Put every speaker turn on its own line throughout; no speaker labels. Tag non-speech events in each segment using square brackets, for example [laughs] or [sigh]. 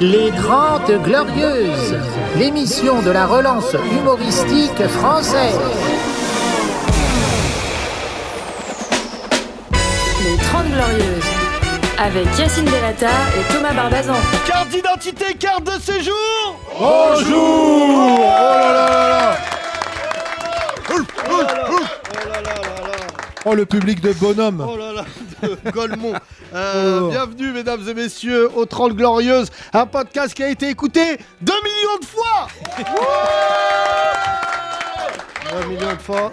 Les Grandes Glorieuses, l'émission de la relance humoristique française.
Les 30 Glorieuses, avec Yacine Delata et Thomas Barbazan.
Carte d'identité, carte de séjour
Bonjour Oh là là là là Oh le public de bonhomme
Oh là là, de Golemont. Euh, Bienvenue, mesdames et messieurs, aux 30 Glorieuses, un podcast qui a été écouté 2 millions de fois 2 millions de fois.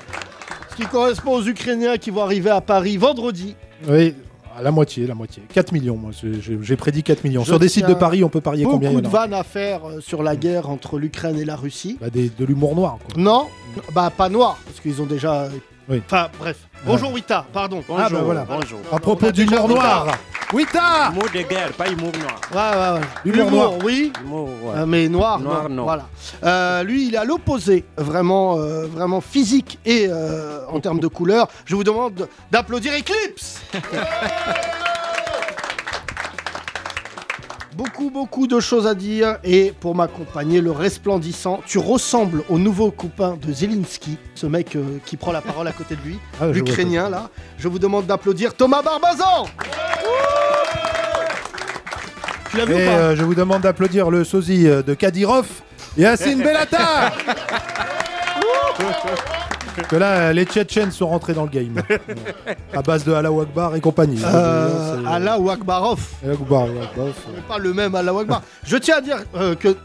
Ce qui correspond aux Ukrainiens qui vont arriver à Paris vendredi.
Oui, à la moitié, la moitié. 4 millions, moi, j'ai- j'ai j'ai prédit 4 millions.
Je
Sur des sites de
tiens
Paris, on peut parier combien il y
Beaucoup
en
de
a
vannes à faire euh, sur la guerre entre l'Ukraine et la Russie.
Bah, des- De l'humour noir, quoi.
Non, bah pas noir, parce qu'ils ont déjà...
Oui.
Enfin bref. Bonjour Wita, pardon.
Ah bah voilà.
Bonjour.
À propos
a déjà
d'humour
dit ça.
noir Oui, tard
Humour de guerre, pas humour noir.
Ouais, ouais, ouais.
Humour noir.
oui.
Humour, ouais.
Euh, mais noir,
Noir,
non.
non.
Voilà. Euh, lui, il est à l'opposé, vraiment, euh, vraiment physique et euh, en termes de couleur. Je vous demande d'applaudir Eclipse. [laughs] Beaucoup, beaucoup de choses à dire. Et pour m'accompagner, le resplendissant, tu ressembles au nouveau copain de Zelinski, ce mec euh, qui prend la parole à côté de lui,
Ah, je
l'Ukrainien là. Je vous demande d'applaudir Thomas Barbazan. tu l'as
Et
vu ou pas
euh, je vous demande d'applaudir le sosie euh, de Kadirov,
[laughs]
Yacine Belata [laughs] Parce Que là, euh, les Tchétchènes sont rentrés dans le game. Ouais. à base de Allah Akbar et compagnie.
Euh,
C'est-
Allah ou Akbarov
Allah Akbar, Eh, ouais, bah, bof.
C'est pas le même Allah Akbar. Je tiens à dire euh, que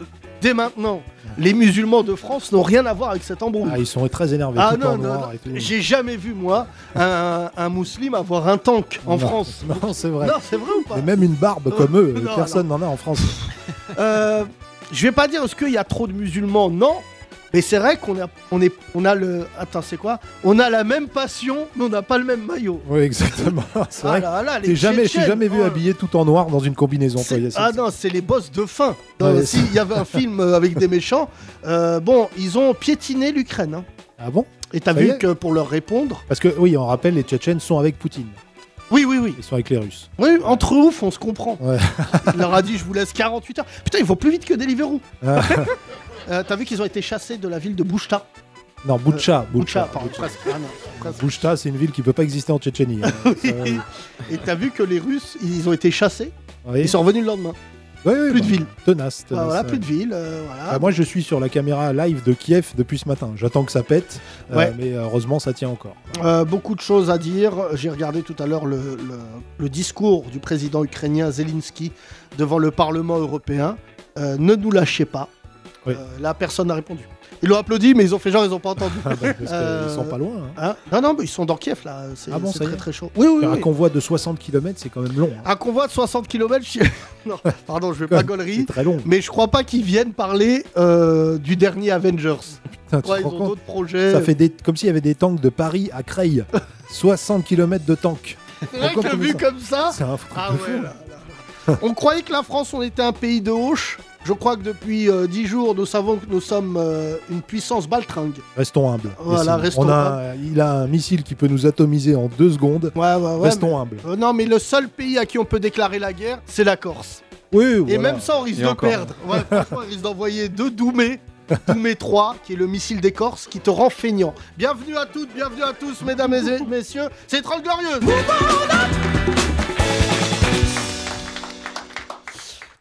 dès maintenant, les musulmans de France n'ont rien à voir avec cet embrouille.
Ah, ils sont très énervés.
Ah,
tout
non,
en
non,
noir
non.
et tout.
J'ai jamais vu, moi, un, un musulman avoir un tank en
Non,
France.
[laughs] Non, c'est vrai.
Non, c'est vrai ou pas
Et même une barbe
Euh,
comme eux,
non,
personne n'en a en France.
Euh, Je vais pas dire est-ce qu'il y a trop de musulmans, non. Mais c'est vrai qu'on a, on est, on a le. Attends, c'est quoi On a la même passion, mais on n'a pas le même maillot.
Oui, exactement. [laughs] C'est
Ah
vrai.
là là, les
T'es jamais, je t'ai
Tchétchènes,
jamais vu
oh là là.
habillé tout en noir dans une combinaison, toi,
C'est-
Yacine.
Ah non, c'est les boss de fin. Non,
Ouais,
S'il y avait un film euh, avec des méchants, euh, bon, ils ont piétiné l'Ukraine. hein.
Ah bon
Et t'as
Ça y
vu
est.
que pour leur répondre,
Parce que, oui, on rappelle, les Tchétchènes sont avec Poutine.
oui, oui, oui,
Ils sont avec les Russes.
oui, entre ouf, on se comprend.
Ouais.
Il leur a dit, je vous laisse 48 heures. Putain, ils vont plus vite que Deliveroo.
Ah.
[laughs] Euh, t'as vu qu'ils ont été chassés de la ville de Bouchta.
Non, Boucha.
Bouchta,
Boucha,
Euh, pardon, presque. Ah non,
[laughs]
presque.
Bouchta, c'est une ville qui peut pas exister en Tchétchénie.
[laughs]
hein.
Oui. Et t'as vu que les Russes, ils ont été chassés.
Oui.
Ils sont revenus le lendemain.
Ouais, ouais,
plus de
bah,
villes.
Tenace.
Ah,
tenace,
voilà,
ouais.
plus de ville. euh, voilà.
Ah, moi, je suis sur la caméra live de Kiev depuis ce matin. J'attends que ça pète, euh,
Ouais.
mais heureusement, ça tient encore. Ah
Euh, beaucoup de choses à dire. J'ai regardé tout à l'heure le, le- le discours du président ukrainien Zelensky devant le Parlement européen. Euh, ne nous lâchez pas.
Oui.
Euh, là, personne n'a répondu. Ils l'ont applaudi, mais ils ont fait genre, ils n'ont pas entendu.
[laughs] Ah, bah, parce qu'ils
Euh,
sont pas loin.
Hein
hein.
non, non, mais ils sont dans Kiev, là. C'est
Ah bon,
c'est
ça y
très,
est
très chaud. Oui, oui,
Faire Un
oui.
convoi de 60 km, c'est quand même long. hein.
Un convoi de 60 km. [laughs] non, pardon, je vais pas
[laughs] C'est
gaulerie.
très long.
Mais je crois pas qu'ils viennent parler euh, du dernier Avengers.
[laughs] Putain,
Je
tu
crois
te
ils
rends
ont
compte
d'autres projets.
Ça fait des... comme s'il y avait des tanks de Paris
[laughs]
à Creil. 60 km de tanks.
C'est vrai
Pourquoi
que
comme
vu
ça
comme ça,
C'est un truc
Ah
de
ouais, là,
fou.
là. On croyait que la France, on était un pays de hauche. Je crois que depuis euh, dix jours, nous savons que nous sommes euh, une puissance baltringue.
Restons humbles.
Voilà,
Yacine.
restons
On a un- Il a un missile qui peut nous atomiser en deux secondes.
Ouais, ouais, ouais.
Restons humbles.
mais- Euh, non, mais le seul pays à qui on peut déclarer la guerre, c'est la Corse.
Oui,
Et
voilà.
même ça, on risque
Et
de
encore.
perdre. Ouais, franchement, on risque d'envoyer deux Doumé. Doumé 3, qui est le missile des Corses, qui te rend feignant. Bienvenue à toutes, bienvenue à tous, mesdames et messieurs. C'est 30 Glorieuses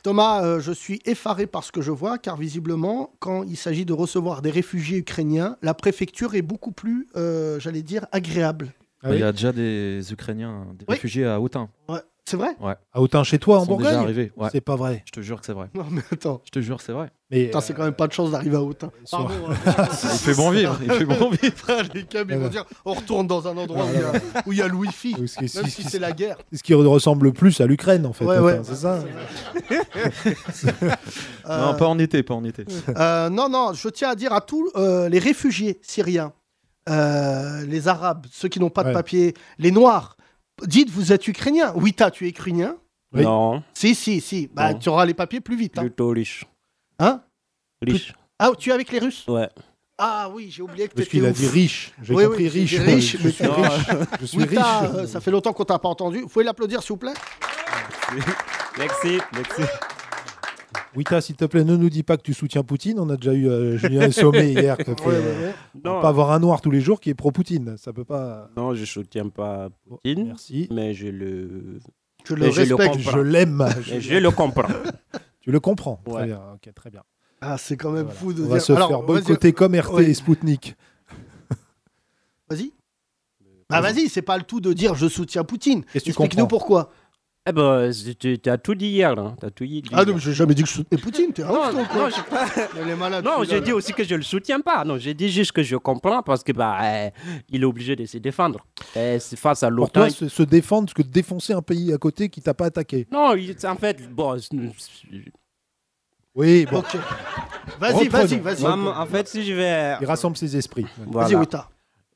Thomas, euh, je suis effaré par ce que je vois, car visiblement, quand il s'agit de recevoir des réfugiés ukrainiens, la préfecture est beaucoup plus, euh, j'allais dire, agréable.
Ah
Bah,
oui.
Il y a déjà des Ukrainiens, des
Oui.
réfugiés à Autun.
Ouais, c'est vrai
À Autun chez toi, en
Ils sont déjà
Bourgogne
arrivés. Ouais.
C'est pas vrai.
Je te jure que c'est vrai.
[laughs] Non, mais attends,
Je te jure, c'est vrai.
Mais,
Putain, c'est quand même pas de chance d'arriver à Autun.
euh,
Pardon, hein. [laughs]
Il fait bon vivre. Il fait bon vivre.
Putain, les cams, ils vont dire on retourne dans un endroit où il y a- où il y a le wifi.
soit- ce qui-
Même
ce
si
qui-
c'est la guerre.
ce qui ressemble le plus à l'Ukraine, en fait.
Ouais,
Enfin,
ouais.
C'est ça
[laughs] Euh,
Non, pas en été, pas en été.
euh, non, non, je tiens à dire à tous euh, les réfugiés syriens, euh, les Arabes, ceux qui n'ont pas de
Ouais.
papier, les Noirs, dites vous êtes ukrainien. Oui, t'as, tu es ukrainien
Oui.
Non,
Si, si, si. Bah,
Non.
tu auras les papiers plus vite. hein.
plutôt riche.
Hein
Riche.
Ah, tu es avec les Russes
Ouais.
Ah oui, j'ai oublié que
Parce
t'étais
qu'il a
ouf.
dit riche. J'ai
Oui,
compris
oui,
riche.
j'ai dit riche,
Je
mais-
suis
Non,
riche. [laughs] Je suis
Oui, t'as,
riche.
euh, ça fait longtemps qu'on t'a pas entendu. Vous pouvez l'applaudir, s'il vous plaît
Merci. Merci.
Wita, s'il te plaît, ne nous dis pas que tu soutiens Poutine. On a déjà eu euh,
[laughs]
Julien Sommet hier. qui a fait, euh, on peut
Non,
pas avoir un noir tous les jours qui est pro-Poutine. Ça peut pas.
non, je soutiens pas Poutine,
Merci.
mais je le,
Je
Mais
le
je le
respecte.
comprends.
Je l'aime.
mais je le comprends.
Tu le comprends. [laughs]
Ouais.
Très bien. Ok, très bien.
Ah, c'est quand même
Voilà.
fou de
On
dire.
va se
Alors,
faire
vas-y, euh,
boycotter comme RT
Ouais.
et Spoutnik.
Vas-y. Ah, vas-y, c'est pas le tout de dire je soutiens Poutine.
Qu'est-ce que tu
Explique-nous
comprends
pourquoi.
Eh ben, c'est- tu tu as tout dit hier, là. hein. T'as tout dit.
Ah, non, mais j'ai jamais dit que je soutenais Poutine. T'es un
Non,
ouf, toi, ou quoi
non, j'ai pas-
[laughs]
Elle est malade,
non,
celui-là,
j'ai dit aussi que je le soutiens pas. Non, j'ai dit juste que je comprends parce que bah, euh, il est obligé de se défendre. Et c'est face à
Pour
l'OTAN.
toi, se, se défendre, ce que de défoncer un pays à côté qui t'a pas attaqué.
Non, il- en fait, bon, c'est-
Oui, bon,
Ok. Vas-y, vas-y,
Reprenons.
vas-y.
Mam- en fait, si je vais,
il rassemble ses esprits.
Vas-y,
voilà.
Wita.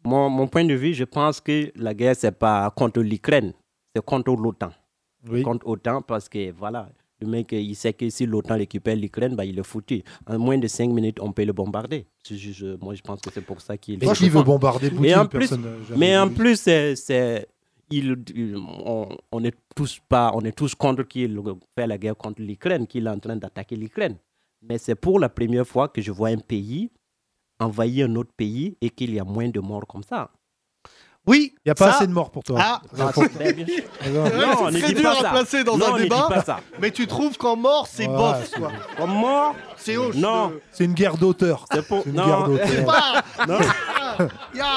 mon, mon point de vue, je pense que la guerre c'est pas contre l'Ukraine, c'est contre l'OTAN.
Oui.
contre autant parce que voilà, le mec il sait que si l'OTAN récupère l'Ukraine, bah, il est foutu. En moins de 5 minutes, on peut le bombarder. C'est juste, euh, moi je pense que c'est pour ça qu'il
Mais qui veut bombarder Poutine
en plus-
Personne, euh, jamais
Mais en
vu.
plus, c'est, c'est- il, il- on, on est tous pas, on est tous contre qu'il fait la guerre contre l'Ukraine, qu'il est en train d'attaquer l'Ukraine. Mais c'est pour la première fois que je vois un pays envahir un autre pays et qu'il y a moins de morts comme ça.
Oui.
Il n'y a pas
ça-
assez de morts pour toi.
Ah,
Ah, c'est- bien
[laughs]
sûr.
Alors,
Non, on ne
c'est très
dit
dur
pas
à
ça.
placer dans
Non, on
un
ne dit pas
débat,
ça.
mais tu trouves qu'en mort, c'est
Ouais,
bof,
c'est-
quoi.
Comme mort,
C'est hoche.
Non.
de-
C'est une guerre d'auteur.
c'est pour.
C'est une guerre
Non,
d'auteur.
Bah,
non.
ya,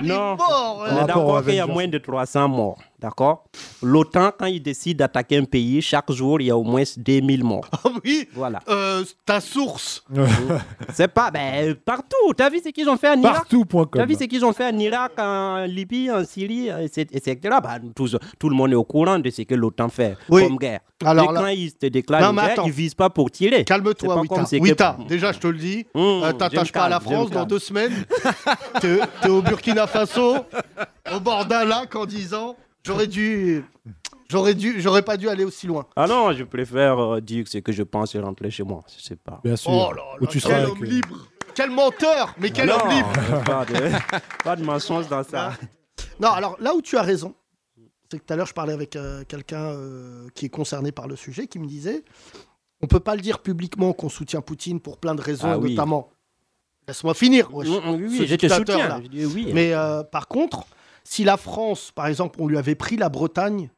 il est
Non.
mort. euh.
On
Par
est
rapport aux
d'accord qu'il y a
Avengers.
moins de 300 morts, d'accord L'OTAN, quand il décide d'attaquer un pays, chaque jour, il y a au moins 2000 morts.
Ah oui,
Voilà.
euh, ta source.
[laughs] C'est pas... Ben, partout T'as vu ce qu'ils ont fait en Irak T'as
Partout.com.
vu ce qu'ils ont fait en Irak, en Libye, en Syrie, etc. etc. Bah, tous- tout le monde est au courant de ce que l'OTAN fait
Oui.
comme guerre.
Alors
Et
là-
quand ils te déclarent
Non,
une
mais
guerre,
attends.
ils visent pas pour tirer. C'est
Calme-toi,
pas
Wita.
comme c'est que-
Wita, déjà, je te le dis,
Mmh,
euh,
je
t'attaches
me
pas à la
calme, je me
France dans
calme.
deux
[laughs]
semaines. T'es t'es au Burkina Faso, au bord d'un lac en disant j'aurais dû. J'aurais dû, j'aurais pas dû aller aussi loin.
Ah non, je préfère euh, dire ce que je pense et rentrer chez moi. Je sais pas.
Bien sûr.
Oh là là,
Où tu seras
quel
avec,
homme
euh,
libre, quel menteur, mais quel
non,
homme libre.
Oh, [laughs] pas de, pas de mensonge dans ça.
Non, alors là où tu as raison, c'est que tout à l'heure je parlais avec euh, quelqu'un euh, qui est concerné par le sujet qui me disait on peut pas le dire publiquement qu'on soutient Poutine pour plein de raisons,
Ah oui.
notamment. Laisse-moi finir. wesh.
Mm, mm, oui,
ce
oui, je te
dictateur,
soutiens.
là.
Je dis oui.
Mais euh, par contre, si la France, par exemple, on lui avait pris la Bretagne,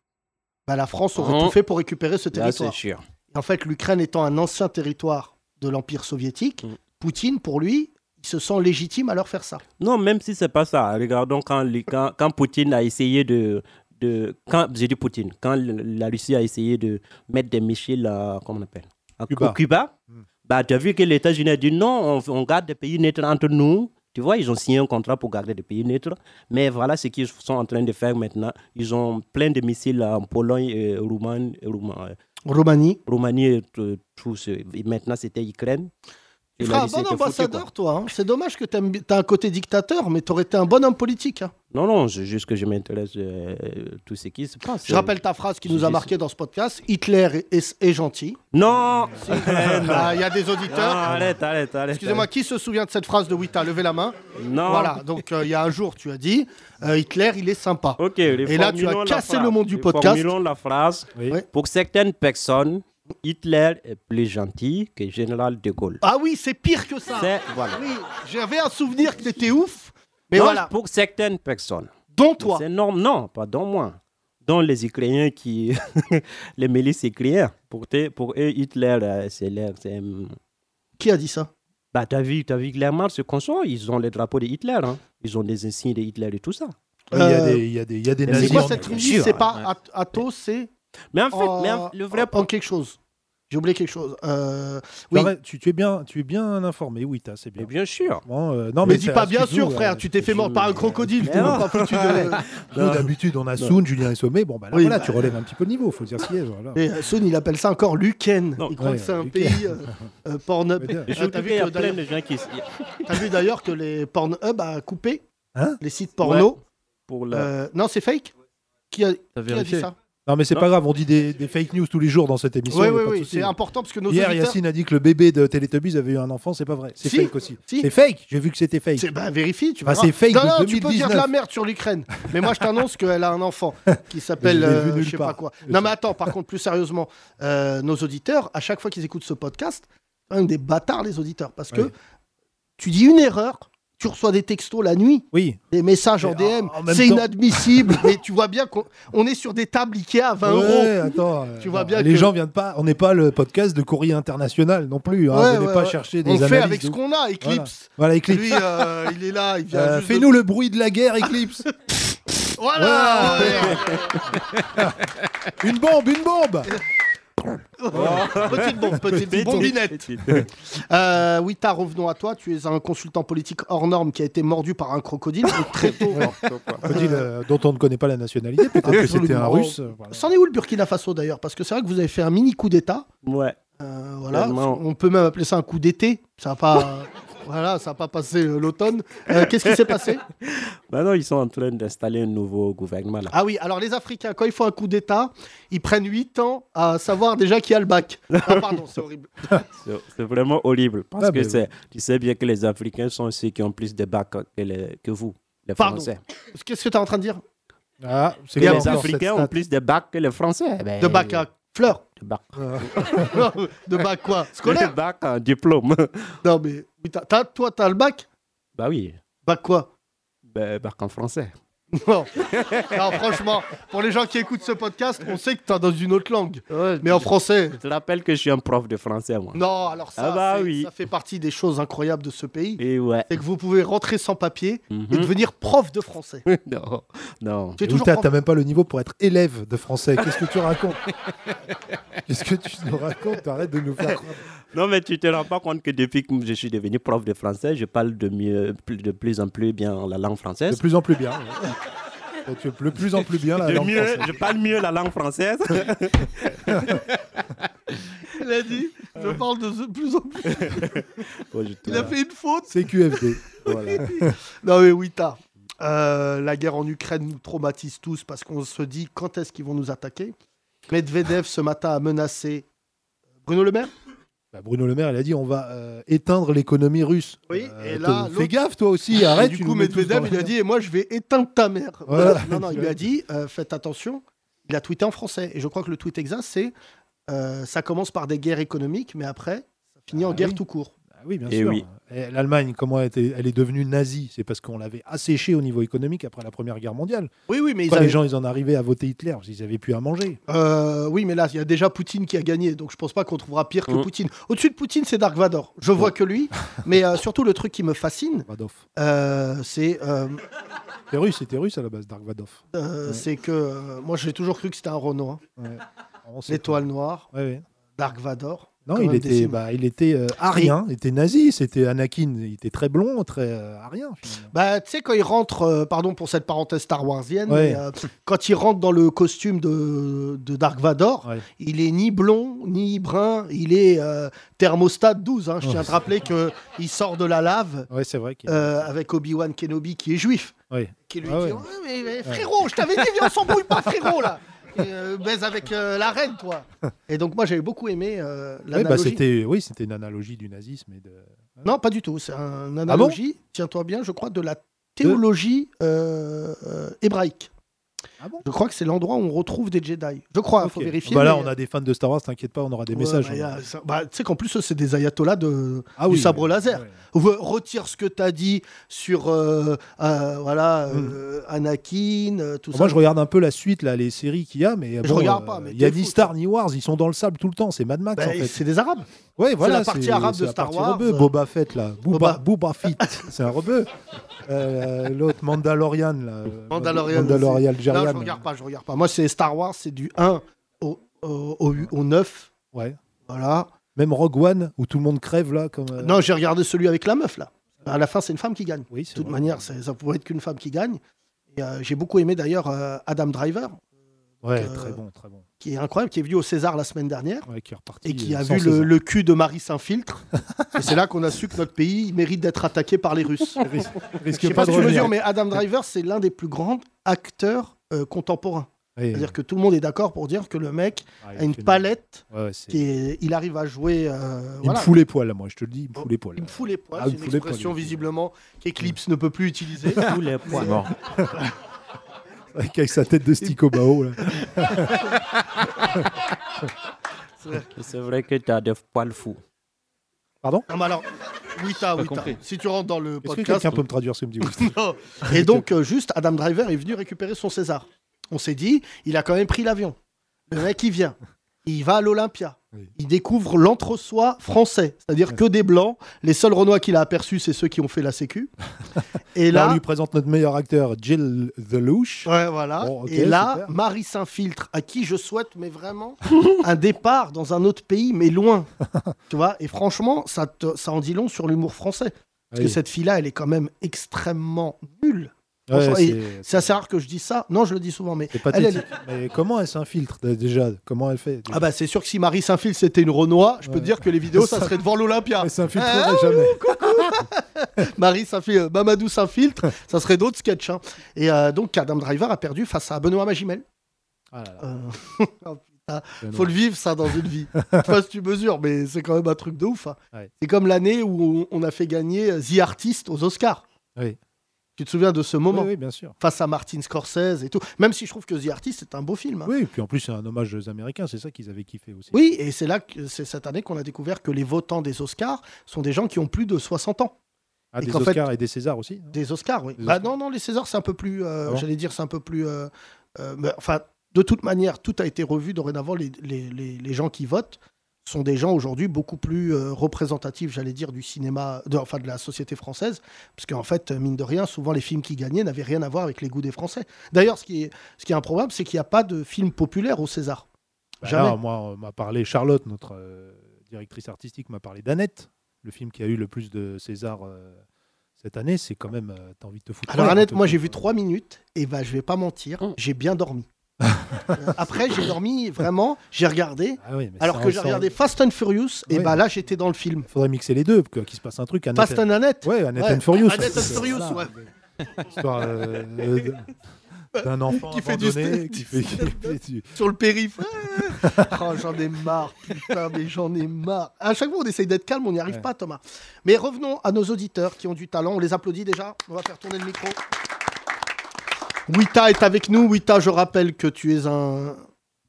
bah, la France aurait
Hein.
tout fait pour récupérer ce
là, c'est
territoire.
sûr.
En fait, l'Ukraine étant un ancien territoire de l'Empire soviétique,
Mm.
Poutine, pour lui, il se sent légitime à leur faire ça.
Non, même si c'est pas ça. Regardons quand, les- quand, quand Poutine a essayé de. de quand, j'ai dit Poutine. Quand le- la Russie a essayé de mettre des missiles à. Comment on appelle à
Cuba.
au Cuba
Hmm.
bah, tu as vu que les États-Unis ont dit non, on, on garde des pays neutres entre nous. Tu vois, ils ont signé un contrat pour garder des pays neutres. Mais voilà ce qu'ils sont en train de faire maintenant. Ils ont plein de missiles en Pologne, et Roumanie,
Roumanie.
Roumanie et tout, tout ce- et maintenant, c'était Ukraine. Et
Tu
la
feras un
Russie
bon
était foutue,
ambassadeur,
quoi.
toi. hein. C'est dommage que t'aimes bi- t'as un côté dictateur, mais t'aurais été un bon homme politique. hein.
Non, non, c'est juste que je m'intéresse euh, à tout ce qui se passe.
Je rappelle ta phrase qui nous a
c'est-
marqué dans ce podcast Hitler est, est- est gentil.
Euh, Non
Ah,
Eh,
Il y
non.
a
[laughs]
des
Non,
auditeurs.
Arrête, arrête, arrête.
Excusez-moi, qui se souvient de cette phrase de Wita Levez la main.
Non.
Voilà, donc euh, il y a un jour, tu as dit euh, Hitler, il est sympa.
Ok, les
Et là, tu as
formulons la
cassé le
phrase.
monde du
Les
podcast.
Formulons la phrase.
Oui.
Ouais.
Pour certaines personnes, Hitler est plus gentil que Général de Gaulle.
Ah oui, c'est pire que ça.
C'est. Voilà.
Oui, j'avais un souvenir que t'étais ouf, mais
Non,
voilà,
Pour certaines personnes.
dont
Mais
toi.
C'est énorme. Non, pardon, moi. Dans les Ukrainiens qui. [laughs] les milices ukrainiennes. Pour, tes- pour eux, Hitler, euh, c'est l'air. c'est, hum,
Qui a dit ça
Bah, t'as vu, t'as vu que les Marx se conçoivent, ils ont les drapeaux de Hitler, hein. ils ont des insignes de Hitler et tout ça.
Il y a
Euh,
des, il y a des, il y a des
c'est
C'est
nazis.
quoi
en-
cette
bien
musique
sûr, hein,
C'est pas
ouais.
At- Athos, c'est.
Mais en fait,
en-
mais en- le vrai
en- en
point.
quelque chose. J'ai oublié quelque chose. Euh,
Tu
oui.
as ra- Tu, tu es bien, tu es bien informé, oui, t'as, c'est bien.
Mais bien sûr.
Bon, euh, non,
mais,
mais
dis
c'est-
pas bien
excuse-nous,
sûr, frère,
euh,
tu t'es fait mordre par un crocodile.
Mais
t'es
non.
pas foutu
[laughs]
de-
nous, d'habitude, on a Soun, Julien et Sommet. Bon, bah là,
Oui.
voilà, tu relèves un petit peu le niveau, faut dire ce qu'il est. Voilà.
Et euh, Soun, il appelle ça encore l'Ukraine.
Non,
Il croit
ouais,
que c'est un
l'Ukraine.
pays euh, euh, Pornhub.
Mais bien.
Et
Ah, T'as
surtout
vu
qu'il y
que
a plein
d'ailleurs-
de gens qui.
t'as vu d'ailleurs que les Pornhub a coupé
Hein
les sites porno.
Pour la...
Euh, non, c'est fake qui a,
T'as
qui a dit
vérifié
ça
Non, mais c'est
Non.
pas grave, on dit des, des fake news tous les jours dans cette émission.
Oui,
y a
oui,
pas de
oui,
souci.
c'est important parce que nos
Hier,
auditeurs...
Yacine a dit que le bébé de Teletubbies avait eu un enfant, c'est pas vrai. C'est
Si,
fake aussi.
si.
C'est fake, j'ai vu que c'était fake.
C'est bah, vérifie, tu
Bah,
vas.
c'est fake
Non,
de
non, tu peux dire de
2019.
la merde sur l'Ukraine. Mais moi, je t'annonce qu'elle a un enfant qui s'appelle
Je l'ai vu
euh,
nulle
je sais
part.
pas quoi.
Je
Non,
sais.
mais attends, par contre, plus sérieusement, euh, nos auditeurs, à chaque fois qu'ils écoutent ce podcast, c'est quand même des bâtards, les auditeurs. Parce que
Ouais.
tu dis une erreur, tu reçois des textos la nuit,
Oui,
des messages en
Mais en-
DM.
en même
C'est
temps-
inadmissible. mais tu vois bien qu'on on est sur des tables Ikea à 20 euros.
Ouais, attends, euh,
Tu vois
non,
bien
les
que-
gens viennent pas. On n'est pas le podcast de courrier international non plus. Hein,
Ouais,
venez
ouais,
pas
ouais.
chercher des
On
analyses.
fait avec ce
de-
qu'on a, Eclipse.
Voilà, Eclipse.
Lui, euh, il est
[laughs]
là, il vient.
Euh,
juste de-
Fais-nous le bruit de la guerre, Eclipse.
[laughs] Voilà.
Ouais.
ouais.
une bombe, une bombe.
Petite bombe, petite, bombinette. Euh, oui, t'as, revenons à toi. Tu es un consultant politique hors norme qui a été mordu par un crocodile et très
[laughs]
tôt.
Crocodile, euh, dont on ne connaît pas la nationalité. Peut-être que Ah, c'était un
Absolument.
russe. euh, voilà.
C'en est où le Burkina Faso d'ailleurs Parce que c'est vrai que vous avez fait un mini coup d'État.
Ouais.
Euh, voilà.
Tellement.
On peut même appeler ça un coup d'été. Ça n'a pas. Voilà, ça n'a pas
[laughs]
passé euh, [laughs] l'automne. Euh, Qu'est-ce qui s'est passé
Maintenant, Bah ils sont en train d'installer un nouveau gouvernement. Là.
Ah oui, alors les Africains, quand ils font un coup d'État, ils prennent 8 ans à savoir déjà qui a le
[laughs]
bac. Ah pardon, c'est horrible.
C'est c'est vraiment horrible. Parce
Ah,
que
mais
c'est, tu sais bien que les Africains sont ceux qui ont plus de bacs que, les- que vous, les
Pardon.
Français.
Qu'est-ce que tu es en train de dire [laughs]
Ah, c'est
Que
quoi
les
encore
Africains
cette
ont
stat
plus de bacs que les Français. Ben,
De bac à fleurs
De bac.
[laughs]
Non, De bac quoi Scolaire
De [laughs] bac à diplôme.
[laughs] Non mais. t'as- t'as- toi, t'as le bac
bah oui,
Bac quoi
ben, bac en français.
[laughs] Non. Non, franchement, pour les gens qui écoutent ce podcast, on sait que t'es dans une autre langue. Mais en français.
Je te rappelle que je suis un prof de français, moi. [laughs]
Non, alors ça,
Ah bah
c'est-
oui.
ça fait partie des choses incroyables de ce pays.
Et ouais.
C'est que vous pouvez rentrer sans papier et
Mhm.
devenir prof de français.
non, non.
Tu es
Mais où
toujours
t'as-
prof-
T'as même pas le niveau pour être élève de français. Qu'est-ce que tu
[laughs]
racontes Qu'est-ce que tu nous racontes Arrête de nous faire.
Non, mais tu te rends pas compte que depuis que je suis devenu prof de français, je parle de, mieux, de plus en plus bien la langue
De
française.
plus en plus bien. ouais. Tu es de plus en plus bien la
De
langue
mieux,
française.
je parle mieux la
[laughs]
langue française.
Il a dit, je parle de ce- plus en
[laughs]
plus.
Oh, je te-
Il a fait une faute. [laughs]
C'est QFD. Voilà.
Non mais oui, t'as. Euh, la guerre en Ukraine nous traumatise tous parce qu'on se dit quand est-ce qu'ils vont nous attaquer. Medvedev ce matin a menacé Bruno Le Maire.
Bah, Bruno Le Maire, il a dit on va euh, éteindre l'économie russe.
Oui, et
te-
là,
Euh, fais
l'autre-
gaffe toi aussi, arrête.
Et
tu
du coup,
nous mets tous
Medvedev,
dans
il a
la-
dit Et moi, je vais éteindre ta mère.
[laughs] Voilà.
Non, non, il lui a dit euh, Faites attention. Il a tweeté en français. Et je crois que le tweet exact, c'est euh, Ça commence par des guerres économiques, mais après, ça finit en
Ah
guerre
oui.
tout court.
Ah oui, bien
Eh
Et
sûr.
oui.
Et L'Allemagne, comment elle, était- elle est devenue nazie C'est parce qu'on l'avait asséchée au niveau économique après la Première Guerre mondiale.
Oui, oui, mais, ils
Quand les
avaient-
gens, ils en arrivaient à voter Hitler, parce qu'ils avaient plus à manger.
Euh, oui, mais là, il y a déjà Poutine qui a gagné. Donc, je pense pas qu'on trouvera pire que
Mm.
Poutine. Au-dessus de Poutine, c'est Dark Vador. Je vois que lui. mais euh, surtout, le truc qui me fascine,
Vadov.
euh, c'est euh,
C'était russe, c'était russe à la base, Dark Vadov.
euh,
Ouais.
c'est que euh, moi, j'ai toujours cru que c'était un Renault. hein.
On sait
L'étoile noire,
pas. Ouais, ouais.
Dark Vador.
Non,
Quand
il
même des
était,
films.
bah, il était euh, arien, il était nazi, c'était Anakin, il était très blond, très euh, arien. finalement.
Bah, tu sais, quand il rentre, euh, pardon pour cette parenthèse Star Warsienne,
Ouais.
mais, euh, quand il rentre dans le costume de, de Dark Vador,
Ouais.
il est ni blond, ni brun, il est euh, thermostat 12. hein. Je tiens à te rappeler qu'il sort de la lave
Oh. Ouais, c'est vrai. qu'il-
euh, avec Obi-Wan Kenobi qui est juif.
Ouais.
Qui lui
Ah
dit
ouais.
Ouais, mais, mais frérot, je t'avais dit, viens, on s'embrouille
[laughs]
pas, frérot, là Et, euh, Baise avec euh, la reine, toi Et donc, moi, j'avais beaucoup aimé euh,
Ouais, bah,
l'analogie.
c'était, oui, c'était une analogie du nazisme et de.
Non, pas du tout. C'est
Ah
un analogie, tiens-toi bien, je crois, de la théologie euh, euh, hébraïque.
Ah bon
Je crois que c'est l'endroit où on retrouve des Jedi. Je crois, il faut
Ok.
vérifier.
Bah là,
mais- euh,
on a des fans de Star Wars, t'inquiète pas, on aura des
Ouais,
messages. hein.
bah, y a ça- bah, tu sais qu'en plus, c'est des ayatollahs de...
Ah
du sabre laser.
ouais.
Re- Retire ce que t'as dit sur euh, euh, voilà, euh, Anakin, euh, tout
Hmm. Moi,
ça.
je regarde un peu la suite, là, les séries qu'il y a, mais.
Je
bon,
regarde
euh,
pas, mais
Il y a
t'es
ni
fou,
Star ni Wars, ils sont dans le sable tout le temps, c'est Mad Max
Bah,
en fait.
C'est des Arabes.
Ouais, voilà.
la partie arabe
c'est
de
la
Star
partie
Wars.
rebeu, Boba Fett, là.
Boba-
Boba, Boba Fett, c'est un rebeu. Euh, L'autre, Mandalorian, là.
Mandalorian aussi.
Mandalorian,
Non,
Algérian.
je regarde pas, je regarde pas. Moi, c'est Star Wars, c'est du 1 au, au, au, au 9.
Ouais.
Voilà.
Même Rogue One, où tout le monde crève, là, comme. euh,
Non, j'ai regardé celui avec la meuf, là. À la fin, c'est une femme qui gagne.
Oui, c'est
De toute
vrai.
manière, ça ça pouvait être qu'une femme qui gagne. Et, euh, j'ai beaucoup aimé d'ailleurs euh, Adam Driver,
Ouais,
euh,
très bon, très bon.
qui est incroyable, qui est venu au César la semaine dernière
Ouais, qui est reparti.
et qui
euh,
a
sans
vu le,
César.
le cul de Marie s'infiltre. et c'est là qu'on a su que notre pays mérite d'être attaqué par les Russes.
Risque
Je sais pas
de
si tu
revenir.
mesures, mais Adam Driver, c'est l'un des plus grands acteurs euh, contemporains.
Oui,
C'est-à-dire que tout le monde est d'accord pour dire que le mec
ah, il
a une
fait
palette,
Ouais, ouais, c'est-
qui est- il arrive à jouer. euh,
Il
voilà.
me fout les poils, là, moi, je te le dis, Oh, il me fout les poils.
Il me fout les poils,
Ah, il
c'est une
me fout les poils,
expression
oui.
visiblement qu'Eclipse ne peut plus utiliser.
Tous les points.
[laughs]
C'est mort.
Avec sa tête de stick au bao, là. [laughs]
C'est vrai que tu as des poils fous.
Non, mais alors, oui, t'as,
Pas
oui, t'as.
compris.
Si tu rentres dans le
Est-ce que
podcast.
quelqu'un peut me
[laughs]
traduire ce que me dit West
Non. Et donc, euh, juste, Adam Driver est venu récupérer son César. On s'est dit, il a quand même pris l'avion. Le mec, il vient. Il va à l'Olympia.
Oui.
Il découvre l'entre-soi français. C'est-à-dire
Ouais.
que des blancs. Les seuls Renois qu'il a aperçus, c'est ceux qui ont fait la Sécu. Et
Là, Bah, on
là.
lui présente notre meilleur acteur, Jill Lelouch.
Ouais, voilà.
Bon, ok,
et là,
super.
Marie s'infiltre, à qui je souhaite, mais vraiment, [laughs] un départ dans un autre pays, mais
[laughs]
loin. tu vois Et franchement, ça, te- ça en dit long sur l'humour français. Parce
Oui.
que cette fille-là, elle est quand même extrêmement nulle.
Ouais,
franchement,
c'est-
C'est assez rare que je dise ça. Non, je le dis souvent, mais.
c'est
Elle,
pathétique. [laughs] Mais comment elle s'infiltre d- déjà Comment elle fait
Ah bah c'est sûr que si Marie Saint-Phil c'était une Renoir, je peux
Ouais.
te dire que les vidéos ça
[laughs] Ça-
serait devant l'Olympia.
Elle s'infiltrerait jamais.
Ah,
[laughs]
Marie Saint-Phil, Mamadou Saint-Filtre, ça serait d'autres sketchs. hein. Et euh, donc Adam Driver a perdu face à Benoît Magimel.
Ah là là.
Euh, [laughs]
Ben
faut
non.
le vivre ça dans une vie. je sais pas si tu mesures, mais c'est quand même un truc de ouf. hein.
Ouais.
C'est comme l'année où on on a fait gagner euh, The Artist aux Oscars.
Oui.
Tu te souviens de ce moment
Oui, oui, bien sûr.
face à Martin Scorsese et tout. Même si je trouve que The Artist c'est un beau film. hein.
Oui, et puis en plus, c'est un hommage aux Américains, c'est ça qu'ils avaient kiffé aussi.
Oui, et c'est là que c'est cette année qu'on a découvert que les votants des Oscars sont des gens qui ont plus de 60 ans.
Ah,
et
des
qu'en fait-
Oscars et des Césars aussi. hein.
Des Oscars, oui.
Des
Bah
Oscars.
non, non, les Césars, c'est un peu plus. euh,
Ah bon
J'allais dire, c'est un peu plus. euh, euh, mais enfin, de toute manière, tout a été revu dorénavant. Les, les, les, les gens qui votent sont des gens aujourd'hui beaucoup plus euh, représentatifs, j'allais dire, du cinéma, de, enfin de la société française, parce qu'en fait, euh, mine de rien, souvent les films qui gagnaient n'avaient rien à voir avec les goûts des Français. D'ailleurs, ce qui est, ce qui est improbable, c'est qu'il n'y a pas de film populaire au César.
Bah
Jamais.
là, moi, on m'a parlé, Charlotte, notre euh, directrice artistique, m'a parlé d'Annette, le film qui a eu le plus de César euh, cette année. C'est quand même. euh, T'as envie de te foutre.
Alors
la
Annette,
gueule,
moi
quand
j'ai
tu-
vu trois minutes et bah je vais pas mentir,
Mm.
j'ai bien
[laughs]
dormi. Euh, Après j'ai dormi vraiment, j'ai regardé.
Ah oui, mais
Alors
ça,
que j'ai
ça-
regardé Fast and Furious et
Ouais.
bah là j'étais dans le film.
Faudrait mixer les deux, quoi, qu'il se passe un truc. Annette,
Fast and Annette.
Ouais, Annette
Ouais.
and Furious.
Annette and
C'est-
Furious,
voilà. Histoire euh, euh, d'un enfant
Qui
[laughs] qui
fait
fait
du stand-
qui fait, qui
[laughs]
fait du-
Sur le périph. Oh, j'en ai marre, putain, mais j'en ai marre. À chaque fois on essaye d'être calme, on n'y arrive
Ouais.
pas Thomas. Mais revenons à nos auditeurs qui ont du talent, on les applaudit déjà, on va faire tourner le micro. Wita est avec nous. Wita, je rappelle que tu es un...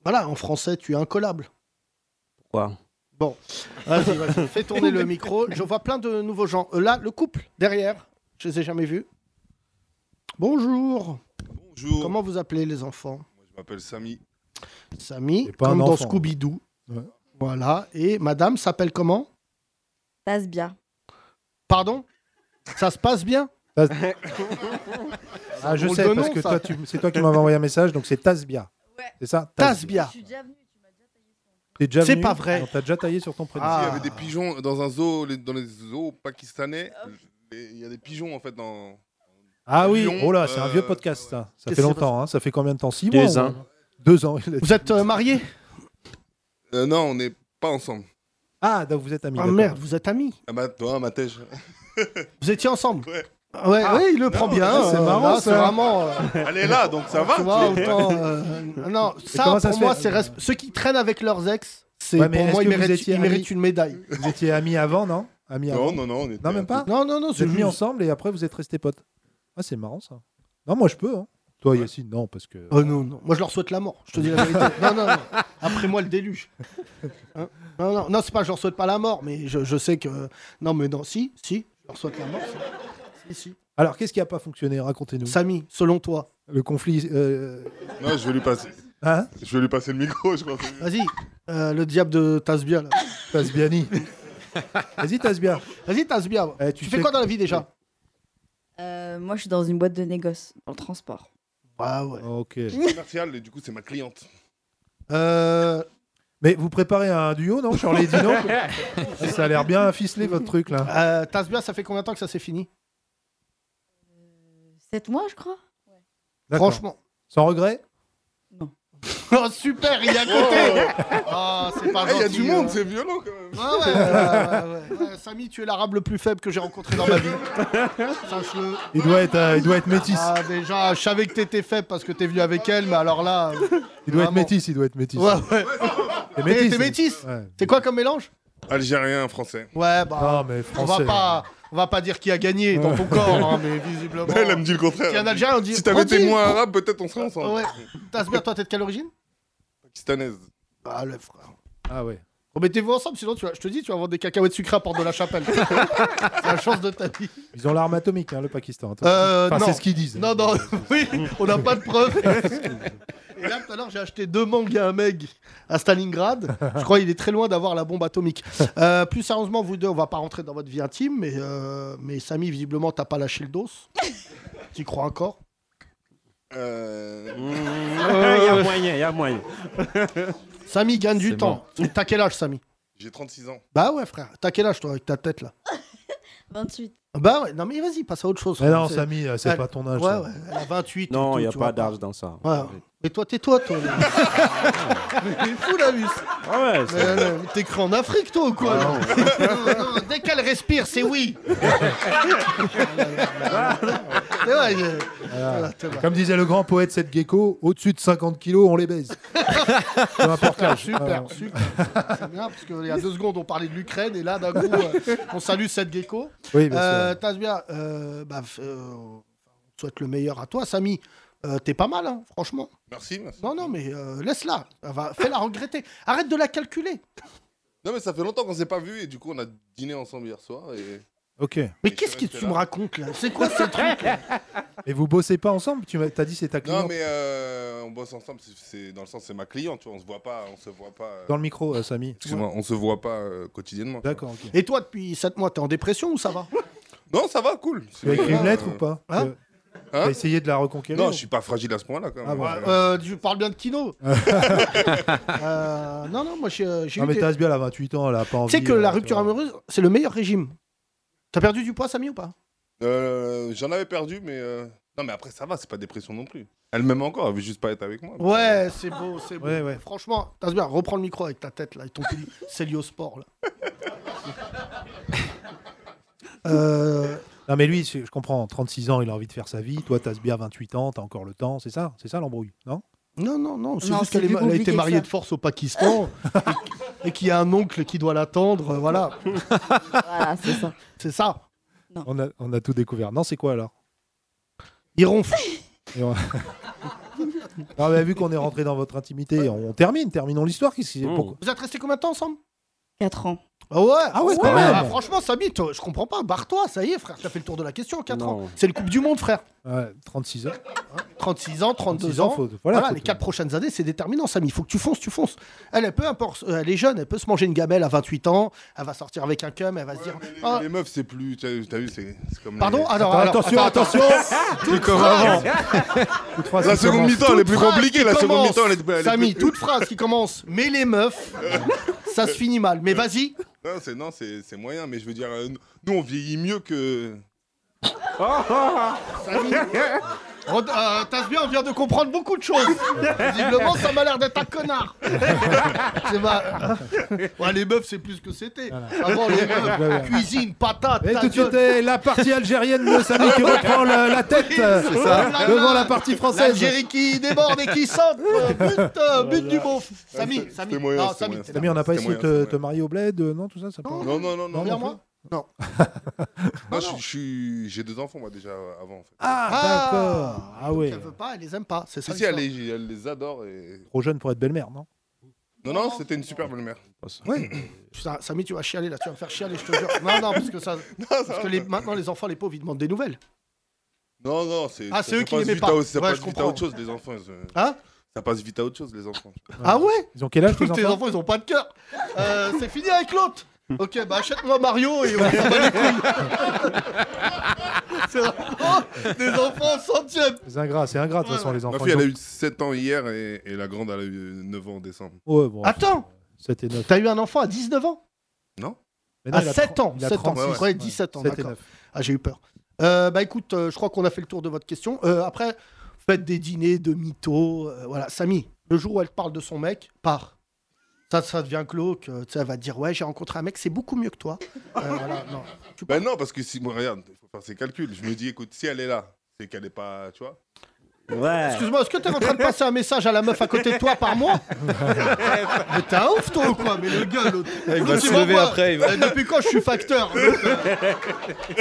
Voilà, en français, tu es incollable.
[laughs]
[laughs]
Quoi
Bon, vas-y, vas-y, fais tourner le micro. Je vois plein de nouveaux gens. Euh, là, le couple, derrière, je les ai jamais vus. Bonjour.
Bonjour,
Comment vous appelez les enfants
Moi, je m'appelle Samy.
Samy,
C'est pas
comme
un
dans
enfant.
Scooby-Doo.
Ouais.
Voilà. Et madame s'appelle comment
passe
[laughs]
bien.
Pardon Ça se passe bien [laughs]
Ah, je
drôle
sais,
de
parce
nom,
que
ça.
toi, tu, c'est toi
[laughs]
qui m'avais envoyé un message, donc c'est Tasbia.
Ouais.
C'est ça
Tasbia.
suis déjà venue, tu m'as déjà taillé.
T'es déjà
C'est
venu
pas vrai.
Non, T'as déjà taillé sur ton prénom.
Ah.
Il y avait des pigeons dans un zoo, les- dans les zoos pakistanais. les- Il y a des pigeons en fait dans.
Ah oui,
Lyon,
oh là, c'est un vieux
euh,
podcast, ça. Ça
Qu'est-ce
fait
qui s'est
longtemps, hein. ça fait combien de temps Six mois
Deux
on-
ans.
Deux ans. il a dit.
Vous êtes euh, mariés
Euh, non, on n'est pas ensemble.
Ah, donc vous êtes amis.
Ah
d'accord.
merde, vous êtes amis.
Ah bah toi, ma tèche.
Vous étiez ensemble
Ouais.
Ah Ouais, ouais, il le prend bien.
c'est
euh,
marrant,
là,
ça.
C'est vraiment. euh,
[laughs] Elle est là, donc ça va.
tu vois, autant,
[laughs]
euh, non, ça
comment ça
pour
se
moi,
fait
c'est res- ceux qui traînent avec leurs ex. C'est
Ouais, mais
pour
est-ce
moi,
que
ils
vous
méritent,
étiez
ils
amis
méritent une médaille.
Vous étiez amis avant, non Amis avant.
non, non, non, on était.
Non, même pas
Non, non, non,
Vous
c'est
êtes mis
juste-
ensemble et après vous êtes restés potes. Ah, c'est marrant ça. Non, moi je peux. hein. Toi, Yacine, non, parce que.
Oh non, non. Moi, je leur souhaite la mort. Je te dis la
[laughs]
vérité. non, non, non. Après moi, le déluge. Hein non, non, non, c'est pas je leur souhaite pas la mort, mais je, je sais que. Non, mais non, si, si, je leur souhaite la mort. Si, si.
Alors, qu'est-ce qui a pas fonctionné Racontez-nous.
Samy, selon toi.
Le conflit. euh,
Non, je vais lui passer.
Hein
Je vais lui passer le micro, je crois.
Vas-y, euh, le diable de Tasbia, là. [laughs]
Tasbiani. Vas-y, Tasbia.
Vas-y, Tasbia.
Eh,
tu fais quoi dans la vie déjà
Euh, moi, je suis dans une boîte de négoce, dans le transport.
Bah ouais.
Ok.
[laughs]
Commercial, et du coup, c'est ma cliente.
Euh, Mais vous préparez un duo, non Sur les dinos Ça a l'air bien ficelé votre truc là.
Euh, Tasbia, ça fait combien de temps que ça s'est fini
7 Euh, mois, je crois
D'accord.
Franchement.
Sans regret
Non.
Oh, super, il est à côté Ah, c'est
Eh,
pas
Il y a
gentil,
du monde,
hein.
c'est violent quand même.
Ah ouais, ouais, ouais, ouais, ouais. Ouais, Samy, tu es l'arabe le plus faible que j'ai rencontré dans ma vie. Sache-le.
Il doit être, euh, il doit être métis.
Ah, déjà, je savais que t'étais faible parce que t'es venu avec elle, mais alors là.
Il doit être
vraiment.
métis, il doit être métis.
Ouais, ouais.
T'es
T'es-
métis.
T'es métis
Ouais.
C'est quoi comme mélange
Algérien, français.
Ouais, bah.
Non, mais
On
français.
va, pas, on va pas dire qui a gagné dans ton corps, hein, mais visiblement.
Elle, elle me dit le
Si un
contraire.
Algérien, on dit.
Si t'avais été
Rodi
moins arabe, peut-être on serait ensemble.
Ouais. Tasbir, toi, t'es de quelle origine
Pakistanaise.
Bah, le frère.
Ah ouais.
Remettez-vous ensemble, sinon, tu vas, je te dis, tu vas vendre des cacahuètes sucrées à Porte de la
[laughs]
Chapelle. c'est la chance de ta vie.
Ils ont l'arme atomique, hein, le Pakistan. attention.
Euh,
Enfin,
non.
c'est ce qu'ils disent.
Non, [laughs] non, oui, on n'a pas de
[laughs]
preuves. Et là, tout à l'heure, j'ai acheté deux mangas à un mec à Stalingrad. Je crois qu'il est très loin d'avoir la bombe atomique. Euh, plus sérieusement, vous deux, on va pas rentrer dans votre vie intime, mais, euh, mais Samy, visiblement, t'as pas lâché le dos. T'y crois encore
Euh...
Il Euh, y a moyen, il y a moyen.
Samy gagne du
C'est
temps.
[laughs]
T'as quel âge, Samy
J'ai 36 ans.
Bah ouais, frère. T'as quel âge, toi, avec ta tête, là
28.
Bah ouais, non, mais vas-y, passe à autre chose.
Mais non,
C'est-
Samy, euh, c'est
Ouais.
pas ton âge.
Ouais,
ça.
ouais, elle a 28.
Non,
et
il n'y
tout,
a
tu vois.
pas d'âge dans ça.
Ouais. Mais toi, tais-toi, toi.
[laughs]
Il est fou, la mus.
Ah ouais, c'est-
Mais, euh, mais T'es cru en Afrique, toi, ou
Ah
quoi [laughs] non. non, non, Dès qu'elle respire, c'est
[laughs]
oui. [laughs] Mais ouais, euh, voilà, t'es vrai.
Comme disait le grand poète Seth Gecko, au-dessus de 50 kilos, on
[laughs]
les baise. Peu importe
Super, super,
l'âge.
super. C'est bien, parce qu'il y a deux secondes, on parlait de l'Ukraine, et là, d'un coup, euh, on salue cette gecko.
Oui, bien sûr.
Euh, Tasbia, euh, bah, f- euh, on souhaite le meilleur à toi, Samy. Euh, T'es pas mal, hein, franchement.
Merci, merci.
Non, non, mais euh, laisse-la. Elle va- Fais-la regretter. Arrête de la calculer.
Non, mais ça fait longtemps qu'on s'est pas vu et du coup, on a dîné ensemble hier soir. Et...
Ok.
Mais
Et
qu'est-ce
c'est
que
vrai que
tu
là-
me racontes, là C'est quoi ce truc là
Et vous bossez pas ensemble Tu m'as t'as dit c'est ta cliente.
[laughs] Non, mais euh, on bosse ensemble. c'est- C'est dans le sens, c'est ma cliente, tu vois. On se voit pas, on se voit pas. euh,
Dans le micro, euh, Samy.
Excuse-moi, on se voit pas euh, quotidiennement.
D'accord, ok.
Et toi, depuis 7 mois, t'es en dépression ou ça va
Non, ça va, cool.
Tu as écrit une
Euh,
lettre ou pas
Hein
Euh, T'as
Hein
essayé de la reconquérir
Non, je suis pas fragile à ce point-là quand même.
Ah bon.
Voilà.
euh, Tu parles bien de
[laughs]
Kino Euh, Non, non, moi j'ai euh, j'ai
Non,
eu
mais
des-
Tasbia, elle a 28 ans, elle a pas envie.
Tu sais que la
euh,
rupture
tu vois.
amoureuse, c'est le meilleur régime. T'as perdu du poids, Samy, ou pas
Euh, J'en avais perdu, mais. euh, Non, mais après, ça va, c'est pas dépression non plus. Elle m'aime encore, elle veut juste pas être avec moi.
Ouais, c'est beau, c'est beau.
Ouais, ouais.
Franchement, Tasbia, reprends le micro avec ta tête, là, et ton petit Céliosport, là. euh...
Non, mais lui, je je comprends, 36 ans, il a envie de faire sa vie. Toi, Tasbia, 28 ans, t'as encore le temps. C'est ça C'est ça l'embrouille, non
Non, non, non, c'est
Non,
juste
c'est
qu'elle est
plus
ma- elle a
compliqué
été
que
mariée
ça.
de force au [laughs] Pakistan et, et qu'il y a un oncle qui doit l'attendre, euh, [laughs] voilà,
Voilà, c'est ça.
c'est ça.
on a, on a tout découvert. Non, c'est quoi alors
Il ronfle.
[laughs] Et on- Non, mais vu qu'on est rentré dans votre intimité, on termine, terminons l'histoire. Qu'est-ce qui...
Mm.
pourquoi-
Vous êtes restés combien de temps ensemble
4 ans.
Ah ouais, ah
ouais, quand même.
franchement, Samy, toi, je comprends pas, barre-toi, ça y est, frère, t'as fait le tour de la question en 4
Non.
ans. C'est le Coupe du Monde, frère.
Ouais, 36 ans.
36 ans, 32
36
ans.
ans, faut- voilà,
voilà,
faut-
les 4 prochaines années, c'est déterminant, Samy. Il faut que tu fonces, tu fonces. Elle, elle peut importe, euh, elle est jeune, elle peut se manger une gamelle à 28 ans, elle va sortir avec un cum, elle va se dire.
Les,
Ah,
les meufs, c'est plus. T'as t'as vu, c'est c'est comme. les-
Pardon Ah non,
Attends,
alors,
attention,
attends,
attention
[laughs]
C'est comme avant.
Toute phrase
La
qui
seconde
commence.
mi-temps, elle est plus
Toute phrase
compliquée.
qui
La seconde
commence,
mi-temps, elle est elle est plus.
Samy, toute phrase qui commence, mais les meufs, ça se finit mal. Mais vas-y,
Euh, Non, c'est non, c'est c'est moyen, mais je veux dire, euh, nous on vieillit mieux que.
Oh, euh, Tasbia, on vient de comprendre beaucoup de choses. Visiblement, ça m'a l'air d'être un connard. C'est pas- Ouais, les meufs, c'est plus ce que c'était. Avant, les
Voilà.
meufs, cuisine, patate,
Et
ta
tout de
gueule.
suite, eh, la partie algérienne de Samy qui reprend le- la tête euh,
ça.
devant la partie française.
L'Algérie qui déborde et qui
[laughs]
saute. euh, But, euh, but du beauf. Samy,
c'était
Samy.
moyen,
Non,
c'était
Samy,
moyen,
t'es
c'était
Samy, on n'a pas
C'était
essayé de
moyen,
te,
c'était
te marier au bled, euh, non, tout ça, ça peut-
Non,
Non, non, non, non.
derrière moi
Non, je suis- je suis. J'ai deux enfants, moi, déjà avant. En fait.
Ah, d'accord. Ah ouais.
Elle veut pas, elle les aime pas. C'est ça.
Si, si, elle,
l'histoire.
les- elle les adore. Et...
[laughs] Trop jeune pour être belle-mère, non
Non, non, c'était une super belle mère.
Ouais.
Putain, Samy, tu vas chialer là, tu vas me faire chialer, je te jure. Non, non, parce que
[laughs]
ça. Parce que les- maintenant, les enfants, les pauvres, ils demandent des nouvelles.
Non, non, c'est.
Ah,
ça
c'est eux qui
passe
l'aimaient
vite
pas.
à autre- Ça
Ouais,
passe
je
vite à
comprends.
autre chose, les enfants. ils, euh,
Hein
Ça passe vite à autre chose, les enfants.
Ah ouais
Ils ont quel âge, tes
Tous tes
enfants
enfants, ils ont pas de cœur. Euh, c'est fini avec l'autre. Ok, bah achète-moi Mario et on s'en bat les
[laughs]
couilles. c'est vraiment des enfants centièmes.
C'est ingrat, c'est ingrat, de toute façon, les
Ma
enfants.
fille, elle
ils
a
ont-
eu 7 ans hier et, et la grande, elle a eu 9 ans en décembre.
Ouais, bon,
Attends,
sept et neuf.
t'as eu un enfant à 19 ans
Mais non,
À
il a
7
tren-
ans
il a
7 ans,
36,
ouais,
ouais.
17 ans,
Sept et
d'accord.
neuf.
Ah, j'ai eu peur. Euh, bah écoute, euh, je crois qu'on a fait le tour de votre question. Euh, après, faites des dîners de mythos. euh, voilà, Samy, Le jour où elle te parle de son mec, part. Ça, ça devient glauque. euh, Tu sais, elle va te dire Ouais, j'ai rencontré un mec, c'est beaucoup mieux que toi. Euh, voilà, non.
Ben non, parce que si, moi, regarde, il faut faire ses calculs. Je me dis, écoute, si elle est là, c'est qu'elle n'est pas, tu vois.
Ouais.
Excuse-moi, est-ce que t'es en train de
[laughs]
passer un message à la meuf à côté de toi par
[laughs]
mois Mais t'es un ouf, toi ou quoi Mais le gars, l'autre.
Il va
l'autre, il
se lever
m'envoie,
après. il va-
Euh, Depuis quand je suis facteur donc, euh,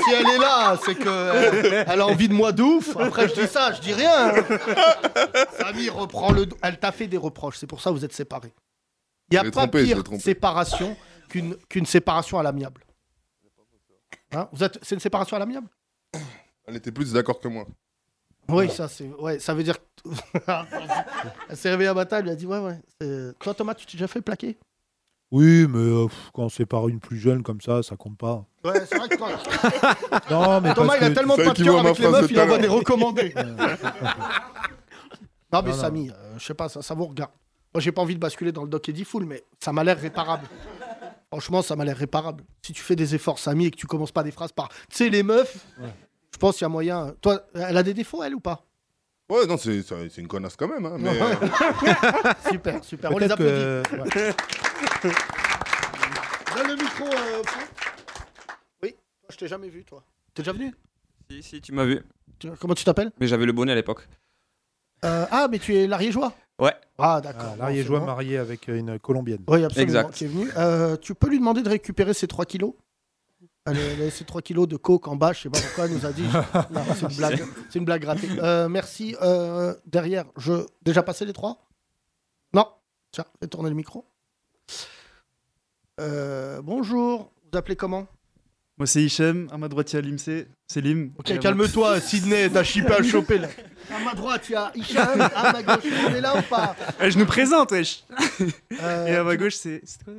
Si elle est là, c'est que euh, elle a envie de moi de ouf. Après, je dis ça, je dis rien. hein. Samy reprend le. do- Elle t'a fait des reproches, c'est pour ça que vous êtes séparés. Il n'y a
Je l'ai
pas
trompé, je l'ai
pire
trompé.
séparation qu'une qu'une séparation à l'amiable. Hein, vous êtes- c'est une séparation à l'amiable
Elle était plus d'accord que moi.
Oui, ça c'est. Ouais, ça veut dire. que- [laughs] elle s'est réveillée à matin, elle lui a dit ouais ouais. c'est- Toi Thomas, tu t'es déjà fait plaquer
Oui, mais euh, pff, quand c'est par une plus jeune comme ça, ça compte pas.
Ouais, c'est vrai que toi.
[laughs] Non, mais
Thomas,
parce
il a
que-
tellement
C'est
pas
vrai
de
qu'il
cœur
voit ma
avec les
phrase
meufs,
de
il envoie
talent.
des
[laughs]
recommandés. non, mais
Non, non.
Samy, euh, je sais pas, ça, ça vous regarde. Moi, j'ai pas envie de basculer dans le Doc Eddie Full, mais ça m'a l'air réparable. Franchement, ça m'a l'air réparable. Si tu fais des efforts, Samy, et que tu commences pas des phrases par Tu sais, les meufs, je pense qu'il y a moyen. Toi, elle a des défauts, elle ou pas
Ouais, non, c'est ça- c'est une connasse quand même. Hein, mais euh,
[laughs] Super, super. On les
Peut-être
applaudit.
que- ouais. [laughs]
Donne le micro, euh, Franck. Oui, je t'ai jamais vu, toi. T'es déjà venu
Si, si, tu m'as vu.
Tu- Comment tu t'appelles
Mais j'avais le bonnet à l'époque.
Euh, Ah, mais tu es l'Ariégeois
Ouais.
Ah,
Ah,
d'accord.
L'Ariégeois
Bon, c'est bon.
marié avec euh, une Colombienne.
Oui, absolument.
Exact.
Qui est venu. Euh, tu peux lui demander de récupérer ses 3 kilos elle a elle a laissé 3 kilos de coke en bas, je sais pas pourquoi, elle nous
[laughs]
a dit. Non, c'est une blague, c'est une blague ratée. Euh, merci. Euh, derrière, je. Déjà passé les 3 Non Tiens, je vais tourner le micro. Euh, bonjour, vous appelez comment
Moi, c'est Hichem, à ma droite, il y a l'IMC. C'est Lim.
Ok, calme-toi, Sydney, t'as chipé à choper [laughs] là. À ma droite, il y a Hicham, à ma gauche, on est là ou pas
Eh, je nous présente, wesh
Euh,
Et à ma gauche, c'est. C'est quoi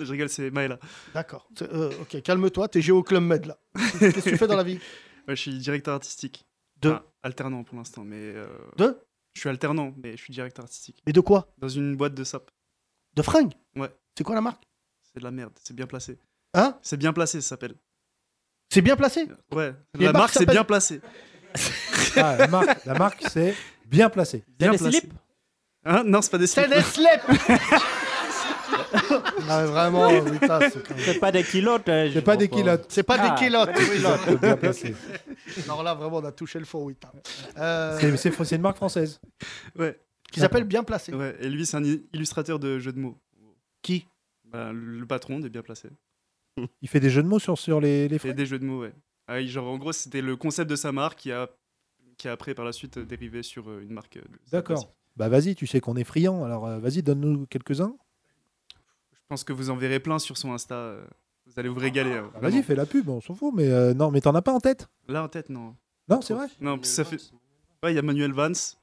Je rigole, c'est Maëla.
D'accord. C'est- euh, ok, calme-toi, t'es géo Club Med là. Qu'est-ce que tu fais dans la vie
[laughs] Ouais, je suis directeur artistique.
De-
Enfin, alternant pour l'instant, mais. euh,
De
Je suis alternant, mais je suis directeur artistique.
Mais de quoi
Dans une boîte de sap.
De fringues
Ouais.
C'est quoi la marque
C'est de la merde, c'est bien placé.
Hein
C'est bien placé, ça s'appelle.
C'est bien placé
Ouais,
Il y a une
la
marque
marque,
qui
c'est bien
s'appelle-
placé.
Ah, la marque, la marque, c'est bien placé.
Bien
des
placé.
slips
Hein non, c'est pas des slips.
slip
[laughs]
Non, mais vraiment, putain, c'est quand même-
C'est pas des kilotes. euh, je
C'est pas des
vois
kilotes.
C'est pas
Ah,
des kilotes. oui, là.
C'est bien placé.
[laughs] Alors là, vraiment, on a touché le fond, oui.
[laughs]
putain. Euh,
C'est- C'est c'est une marque française.
Ouais,
qui s'appelle bien placé.
ouais. Et lui, c'est un i- illustrateur de jeux de mots.
Qui
Bah, le le patron de bien placé.
Il fait des jeux de mots sur, sur les, les
Et
fringues.
des jeux de mots, ouais. Ah oui, genre, en gros, c'était le concept de sa marque qui a, qui a après, par la suite, euh, dérivé sur euh, une marque. euh, de sa
D'accord.
place.
Bah vas-y, tu sais qu'on est friand, alors euh, vas-y, donne-nous quelques-uns.
Je pense que vous en verrez plein sur son Insta. euh, Vous allez vous régaler. hein,
Bah,
vraiment.
vas-y, fais la pub, on s'en fout, mais euh, non, mais t'en as pas en tête
Là, en tête, non.
Non, c'est vrai
Non, parce que ça fait... Ouais, il y a Manuel Vance.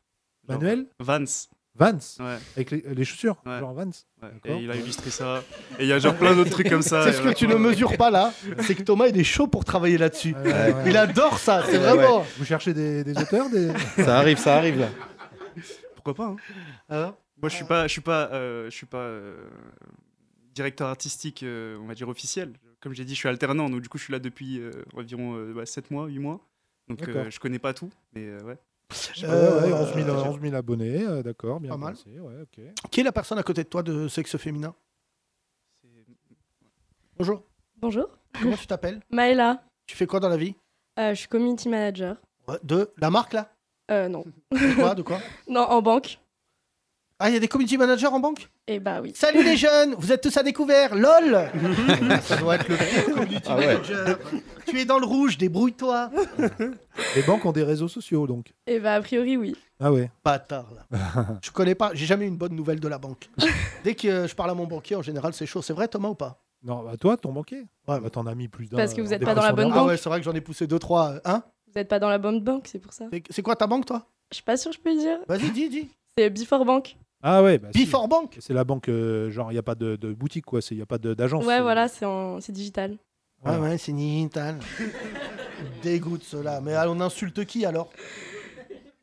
Genre,
Manuel
Vance,
Vance,
ouais.
avec les, les chaussures,
Ouais.
genre Vance.
ouais.
D'accord.
Et il
[laughs]
a illustré ça. Et il y a genre plein d'autres trucs comme ça.
C'est
et
ce que
voilà.
tu ne mesures pas là, c'est que Thomas, il est chaud pour travailler là-dessus.
Ouais, ouais.
Il adore ça, c'est vraiment.
Vous cherchez des, des auteurs des...
Ça arrive, ça arrive là.
Euh,
Pourquoi pas hein. Moi, je suis pas, je suis pas, euh, je suis pas euh, directeur artistique, euh, on va dire officiel. Comme j'ai dit, je suis alternant, donc du coup, je suis là depuis euh, environ 7 mois, 8 mois. Donc, euh,
D'accord.
je connais pas tout, mais euh, ouais.
Euh,
Ouais, ouais, 11, 000,
euh,
11 000 abonnés, euh, d'accord, bien
Pas mal.
placé, ouais, ok.
Qui est la personne à côté de toi de sexe féminin Bonjour,
Bonjour.
comment tu t'appelles
Maëla, Euh,
Tu fais quoi dans la vie
je suis community manager.
Ouais, De la marque là
Euh, non.
De quoi, de quoi
[laughs] Non, en banque.
Ah, il y a des community managers en banque
Et bah oui.
Salut les jeunes, vous êtes tous à découvert,
[laughs]
lol Ça doit être le [laughs] pire community
Ah ouais.
manager. Tu es dans le rouge, débrouille-toi.
Les banques ont des réseaux sociaux, donc.
Et bah a priori oui.
Ah ouais.
Bâtard là. Je connais pas, j'ai jamais eu une bonne nouvelle de la
[laughs]
banque. Dès que euh, je parle à mon banquier, en général, c'est chaud. C'est vrai Thomas ou pas
Non, bah, toi, ton banquier
Ouais,
bah, T'en as mis plus d'un.
Parce que
euh,
vous êtes
en
pas dans la
dépression
bonne
nerveuse.
Ah
banque.
ouais, c'est vrai que j'en ai poussé deux trois. euh, Hein
[laughs] Vous êtes pas dans la bonne banque, c'est pour ça.
C'est- C'est quoi ta banque toi
Je suis pas sûre, je peux le dire.
Vas-y, dis, dis.
C'est Before Bank.
[laughs] Ah ouais, bah, si.
Before Bank.
C'est la banque, euh, genre, il n'y a pas de, de boutique, quoi. Il n'y a pas de- d'agence.
Ouais,
c'est-
voilà, c'est en... c'est digital.
Voilà.
Ah ouais, c'est Nintal. [laughs] Dégoûte cela. Mais ah, on insulte qui alors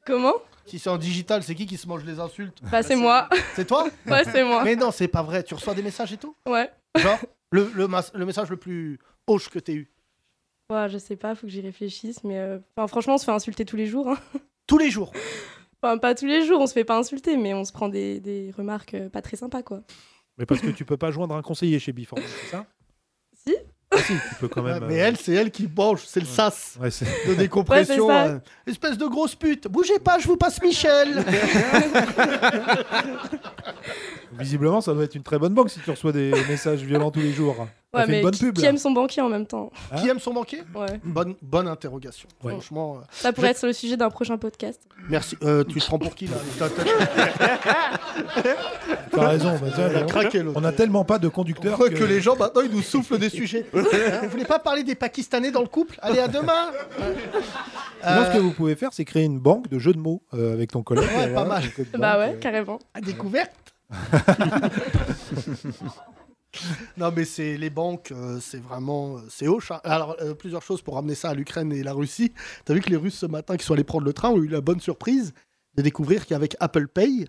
Comment
Si c'est en digital, c'est qui qui se mange les insultes
Bah c'est moi.
C'est toi
Ouais, c'est moi.
Mais non, c'est pas vrai. Tu reçois des messages et tout
Ouais.
Genre, le, le, mas- le message le plus hoche que t'aies eu.
[laughs]
Ouais, je sais pas, faut que j'y réfléchisse, mais euh, enfin, franchement, on se fait insulter tous les jours. hein.
Tous les jours.
Enfin, pas tous les jours, on se fait pas insulter, mais on se prend des, des remarques euh, pas très sympas, quoi.
Mais parce que tu peux pas joindre un conseiller chez Bifor, c'est ça
Si.
Ah si, tu peux quand même.
mais
euh,
elle, c'est elle qui mange, c'est le sas
Ouais, c'est-
de décompression.
Ouais, c'est ça.
euh, espèce de grosse pute, bougez pas, je vous passe Michel.
Visiblement, ça doit être une très bonne banque si tu
[laughs]
reçois des messages violents tous les jours. Ça
Ouais,
fait
mais
une bonne
qui,
pub.
qui
là. Hein
aime son banquier en même temps
Qui aime son banquier
Ouais.
bonne, bonne interrogation.
Ouais.
Franchement. euh,
Ça pourrait
je-
être le sujet d'un prochain podcast.
Merci. Euh, tu te prends pour qui là T'as- t'as-
T'as raison, bah, tiens,
Elle a
on-
craqué, l'autre.
on a tellement pas de conducteurs
que... les gens maintenant ils nous soufflent des
[laughs]
sujets. Hein, vous voulez pas parler des Pakistanais dans le couple Allez à
[laughs]
demain. Euh,
Sinon, ce que vous pouvez faire, c'est créer une banque de jeux de mots euh, avec ton collègue.
Ouais,
euh,
pas
hein,
mal.
une code
bah
banque,
ouais, carrément.
À découverte [laughs] Non, mais c'est les banques, euh, c'est vraiment. euh, C'est au char- Alors, euh, plusieurs choses pour ramener ça à l'Ukraine et la Russie. T'as vu que les Russes, ce matin, qui sont allés prendre le train, ont eu la bonne surprise de découvrir qu'avec Apple Pay,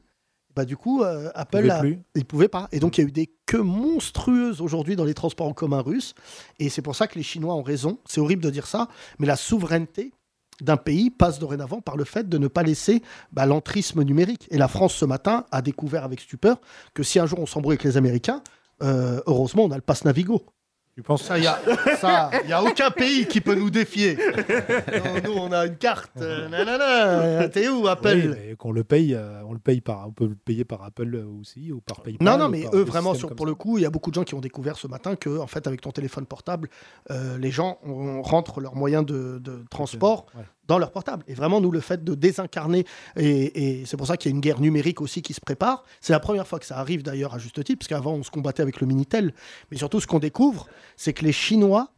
bah, du coup, euh, Apple.
pouvaient
a-
plus.
Ils pouvaient pas. Et donc, il y a eu des queues monstrueuses aujourd'hui dans les transports en commun russes. Et c'est pour ça que les Chinois ont raison. C'est horrible de dire ça, mais la souveraineté d'un pays passe dorénavant par le fait de ne pas laisser bah, l'entrisme numérique. Et la France, ce matin, a découvert avec stupeur que si un jour on s'embrouille avec les Américains, euh, heureusement, on a le pass Navigo.
Tu penses
ça Il n'y a, ça,
[laughs]
y a aucun pays qui peut nous défier. Non, nous, on a une carte. euh, nanana, T'es où,
Oui,
Apple
mais qu'on le paye, euh, on le paye par, on peut le payer par Apple euh, aussi ou par PayPal.
Non, non,
ou
mais
par
eux,
des
vraiment,
systèmes
sur,
comme
pour le coup, il y a beaucoup de gens qui ont découvert ce matin que, en fait, avec ton téléphone portable, euh, les gens on, rentrent leurs moyens de, de transport
ouais.
dans leur portable. Et vraiment, nous, le fait de désincarner, et, et c'est pour ça qu'il y a une guerre numérique aussi qui se prépare. C'est la première fois que ça arrive, d'ailleurs, à juste titre, parce qu'avant, on se combattait avec le Minitel. Mais surtout, ce qu'on découvre, c'est que les Chinois,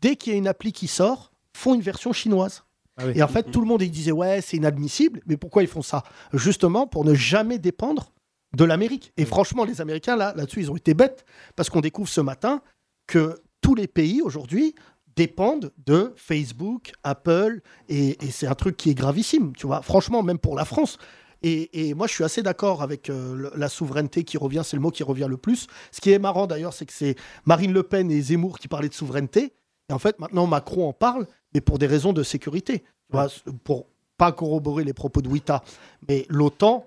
dès qu'il y a une appli qui sort, font une version chinoise.
Ah oui.
Et en fait, tout le monde il disait ouais, c'est inadmissible, mais pourquoi ils font ça Justement pour ne jamais dépendre de l'Amérique. Et franchement, les Américains là, là-dessus, ils ont été bêtes parce qu'on découvre ce matin que tous les pays aujourd'hui dépendent de Facebook, Apple, et, et c'est un truc qui est gravissime. Tu vois, franchement, même pour la France. Et, et moi, je suis assez d'accord avec euh, le- la souveraineté qui revient. C'est le mot qui revient le plus. Ce qui est marrant d'ailleurs, c'est que c'est Marine Le Pen et Zemmour qui parlaient de souveraineté. Et en fait, maintenant, Macron en parle, mais pour des raisons de sécurité. Tu vois, Pour pas corroborer les propos de Wita. Mais l'OTAN,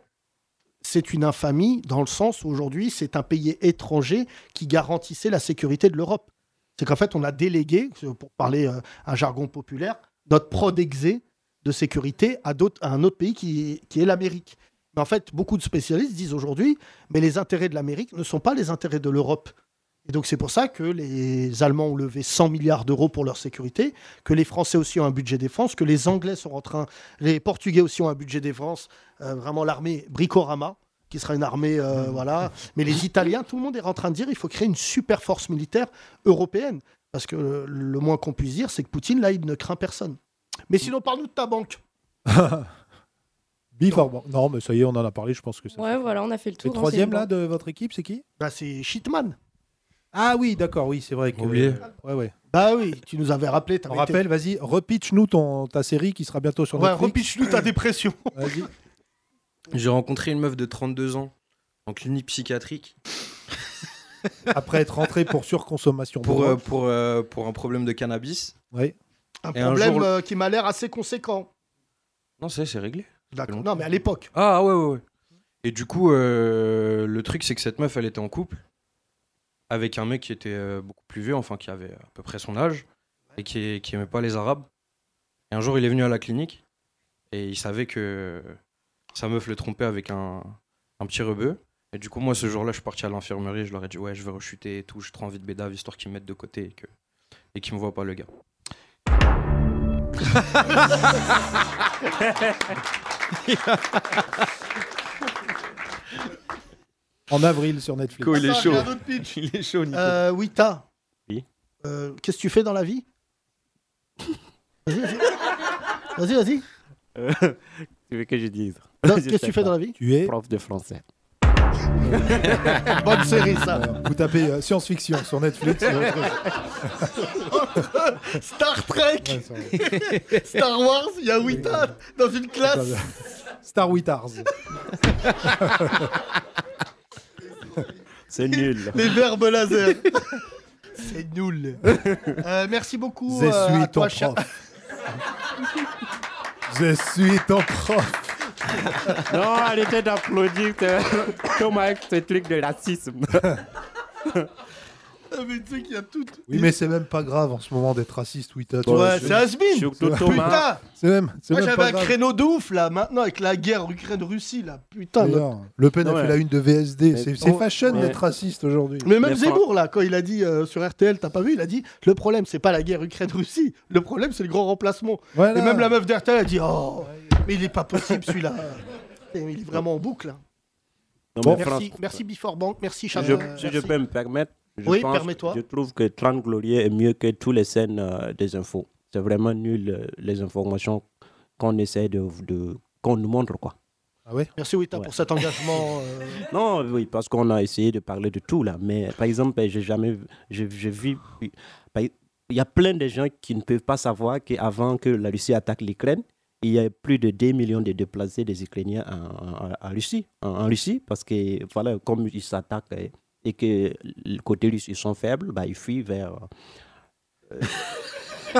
c'est une infamie dans le sens où aujourd'hui, c'est un pays étranger qui garantissait la sécurité de l'Europe. C'est qu'en fait, on a délégué, pour parler euh, un jargon populaire, notre prodexé de sécurité à, d'autres- à un autre pays qui, qui est l'Amérique. Mais en fait, beaucoup de spécialistes disent aujourd'hui, mais les intérêts de l'Amérique ne sont pas les intérêts de l'Europe. Et donc c'est pour ça que les Allemands ont levé 100 milliards d'euros pour leur sécurité, que les Français aussi ont un budget défense, que les Anglais sont en train, les Portugais aussi ont un budget défense, euh, vraiment l'armée Bricorama, qui sera une armée,
Mm.
euh, voilà. Mais les Italiens, tout le monde est en train de dire il faut créer une super force militaire européenne. Parce que euh, le moins qu'on puisse dire, c'est que Poutine, là, il ne craint personne. Mais sinon, parle-nous de ta banque.
ça. [laughs] Before Bank. Non, mais ça y est, on en a parlé. Je pense que ça.
Ouais, voilà, on a fait le tour.
Le
hein,
troisième
c'est bon.
là de votre équipe, c'est qui
Bah, c'est Shitman.
Ah oui, d'accord, oui, c'est vrai. Que, euh,
Oublié.
Ouais, ouais.
Bah oui, tu nous avais rappelé.
On rappelle, vas-y, repitch nous ton ta série qui sera bientôt sur
Ouais,
Netflix.
repitch-nous ta dépression.
[laughs] Vas-y.
J'ai rencontré une meuf de 32 ans en clinique psychiatrique
Après être rentré pour surconsommation. de
pour, euh,
drogue.
pour, euh, pour un problème de cannabis.
Ouais.
Un
Et un
problème
jour-
euh, qui m'a l'air assez conséquent.
Non, c'est c'est réglé.
D'accord.
longtemps.
Non, mais à l'époque.
Ah ouais, ouais, ouais. Et du coup, euh, le truc, c'est que cette meuf, elle était en couple avec un mec qui était euh, beaucoup plus vieux, enfin qui avait à peu près son âge, et qui, qui aimait pas les Arabes. Et un jour, il est venu à la clinique, et il savait que sa meuf le trompait avec un, un petit rebeu. Et du coup, moi, ce jour-là, je suis parti à l'infirmerie, je leur ai dit, ouais, je vais rechuter et tout, j'ai trop envie de bédave, histoire qu'ils me mettent de côté et que et qu'ils me voient pas, le gars.
[laughs]
En avril sur Netflix.
Co, il est
Attends,
chaud.
j'ai un autre pitch.
[laughs] Il est chaud, Nico.
Euh, Wita.
Oui.
Euh, Qu'est-ce que tu fais dans la vie
[laughs]
Vas-y, vas-y. Vas-y, vas-y.
Euh, tu veux que je dise
Non,
[laughs] Je
qu'est-ce que
sais
tu fais
pas.
dans la vie
Tu es.
Prof de français.
[laughs] Bonne série, ça.
Euh, vous tapez euh, science-fiction sur Netflix. vous le trouvez.
Star Trek,
Ouais, ça va.
Star Wars, il y a Wita dans une classe.
Star Wars.
C'est nul.
Les verbes laser. [laughs] C'est nul. Euh, merci beaucoup
Je
euh, à
suis ton
toi, cher-
prof. Je suis ton prof.
[laughs] non, elle était d'applaudir que- comme avec ce truc de racisme.
Ah, mais tu sais qu'il y a tout.
Oui, mais c'est même pas grave en ce moment d'être raciste, oui,
[laughs]
t'as-
Ouais,
je-
Bah, c'est Asmin
Surtout
Putain
Thomas. C'est même, c'est
hein. Moi
même
j'avais
pas
un
grave.
créneau de ouf là maintenant avec la guerre Ukraine-Russie là, putain.
D'ailleurs,
notre-
Le Pen a
Ouais.
fait la une de VSD.
Mais-
C'est c'est
oh,
fashion
mais-
d'être raciste aujourd'hui.
Mais même Zemmour là, quand il a dit euh, sur RTL, t'as pas vu, il a dit le problème c'est pas la guerre Ukraine-Russie, le problème c'est le grand remplacement.
Voilà.
Et même la meuf d'RTL a dit oh mais il est pas possible celui-là. [laughs] Il est vraiment en boucle. hein.
Non, mais
merci,
France-
merci Before Bank, merci
Si
Charles.
je,
euh,
si je
merci.
peux me permettre, je,
Oui,
pense-
permets-toi.
je trouve que 30 Glorieux est mieux que toutes les scènes euh, des infos. C'est vraiment nul euh, les informations qu'on essaie de, de- qu'on nous montre quoi.
Ah
Merci Wita pour cet
[laughs]
engagement. euh,
Non, oui, parce qu'on a essayé de parler de tout là, mais par exemple, ben, j'ai jamais, vu- j'ai j'ai vu, par- il y a plein de gens qui ne peuvent pas savoir qu'avant que la Russie attaque l'Ukraine, il y a plus de 2 millions de déplacés des Ukrainiens en, en- en Russie, en, en Russie, parce que voilà, comme ils s'attaquent et, et que le côté russe ils sont faibles, bah, ils fuient vers
[laughs]
euh,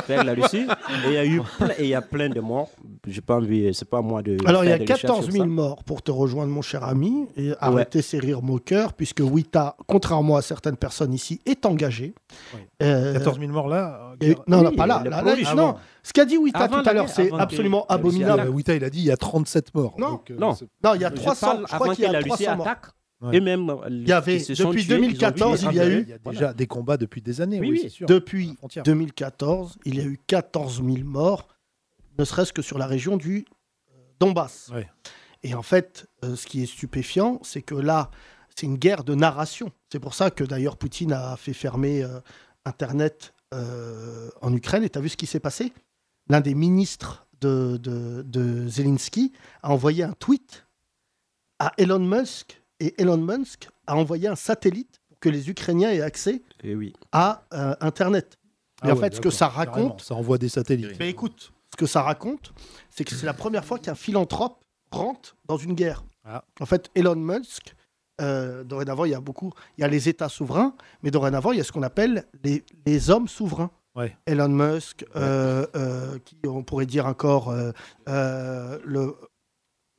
vers la Russie. Et il y a eu, plein- et il y a plein de morts. J'ai pas envie, c'est pas moi de.
Alors, il y
faire
a
des recherches sur
14 000
ça.
morts pour te rejoindre, mon cher ami, et arrêtez ces rires moqueurs, puisque Wita, contrairement à certaines personnes ici, est engagé. Euh,
14 000 morts là. euh,
et- non,
guerre-
non, pas là. là, là, non. Ce qu'a dit Wita tout à l'heure, c'est absolument abominable.
Ah, bah, Wita, il a dit il y a 37 morts.
Non,
donc, euh,
Non.
c'est-
Non, il y a
Je
300,
parle
je crois
avant
qu'il y
que
a
la Russie
300 morts.
attaque.
Ouais.
Et même, euh,
Il y avait,
ils se sont
depuis
tués, ils ont
2014,
tué.
il y a eu-
Il y a déjà des combats depuis des années. Oui, c'est sûr.
Depuis
La frontière.
2014, il y a eu 14 000 morts, ne serait-ce que sur la région du euh, Donbass.
Ouais.
Et en fait, euh, ce qui est stupéfiant, c'est que là, c'est une guerre de narration. C'est pour ça que d'ailleurs Poutine a fait fermer euh, Internet euh, en Ukraine. Et tu as vu ce qui s'est passé L'un des ministres de, de- de Zelensky a envoyé un tweet à Elon Musk. Et Elon Musk a envoyé un satellite pour que les Ukrainiens aient accès
Et Eh oui.
à euh, Internet. Et
Ah
en
ouais,
fait, ce que ça
d'accord, carrément,
raconte,
Ça envoie des satellites.
mais écoute, ce que ça raconte, c'est que c'est la première fois qu'un philanthrope rentre dans une guerre.
Ah.
En fait, Elon Musk, euh, dorénavant, il y a beaucoup, il y a les États souverains, mais dorénavant, il y a ce qu'on appelle les, les hommes souverains.
Ouais.
Elon Musk, euh, euh, qui on pourrait dire encore euh, euh, le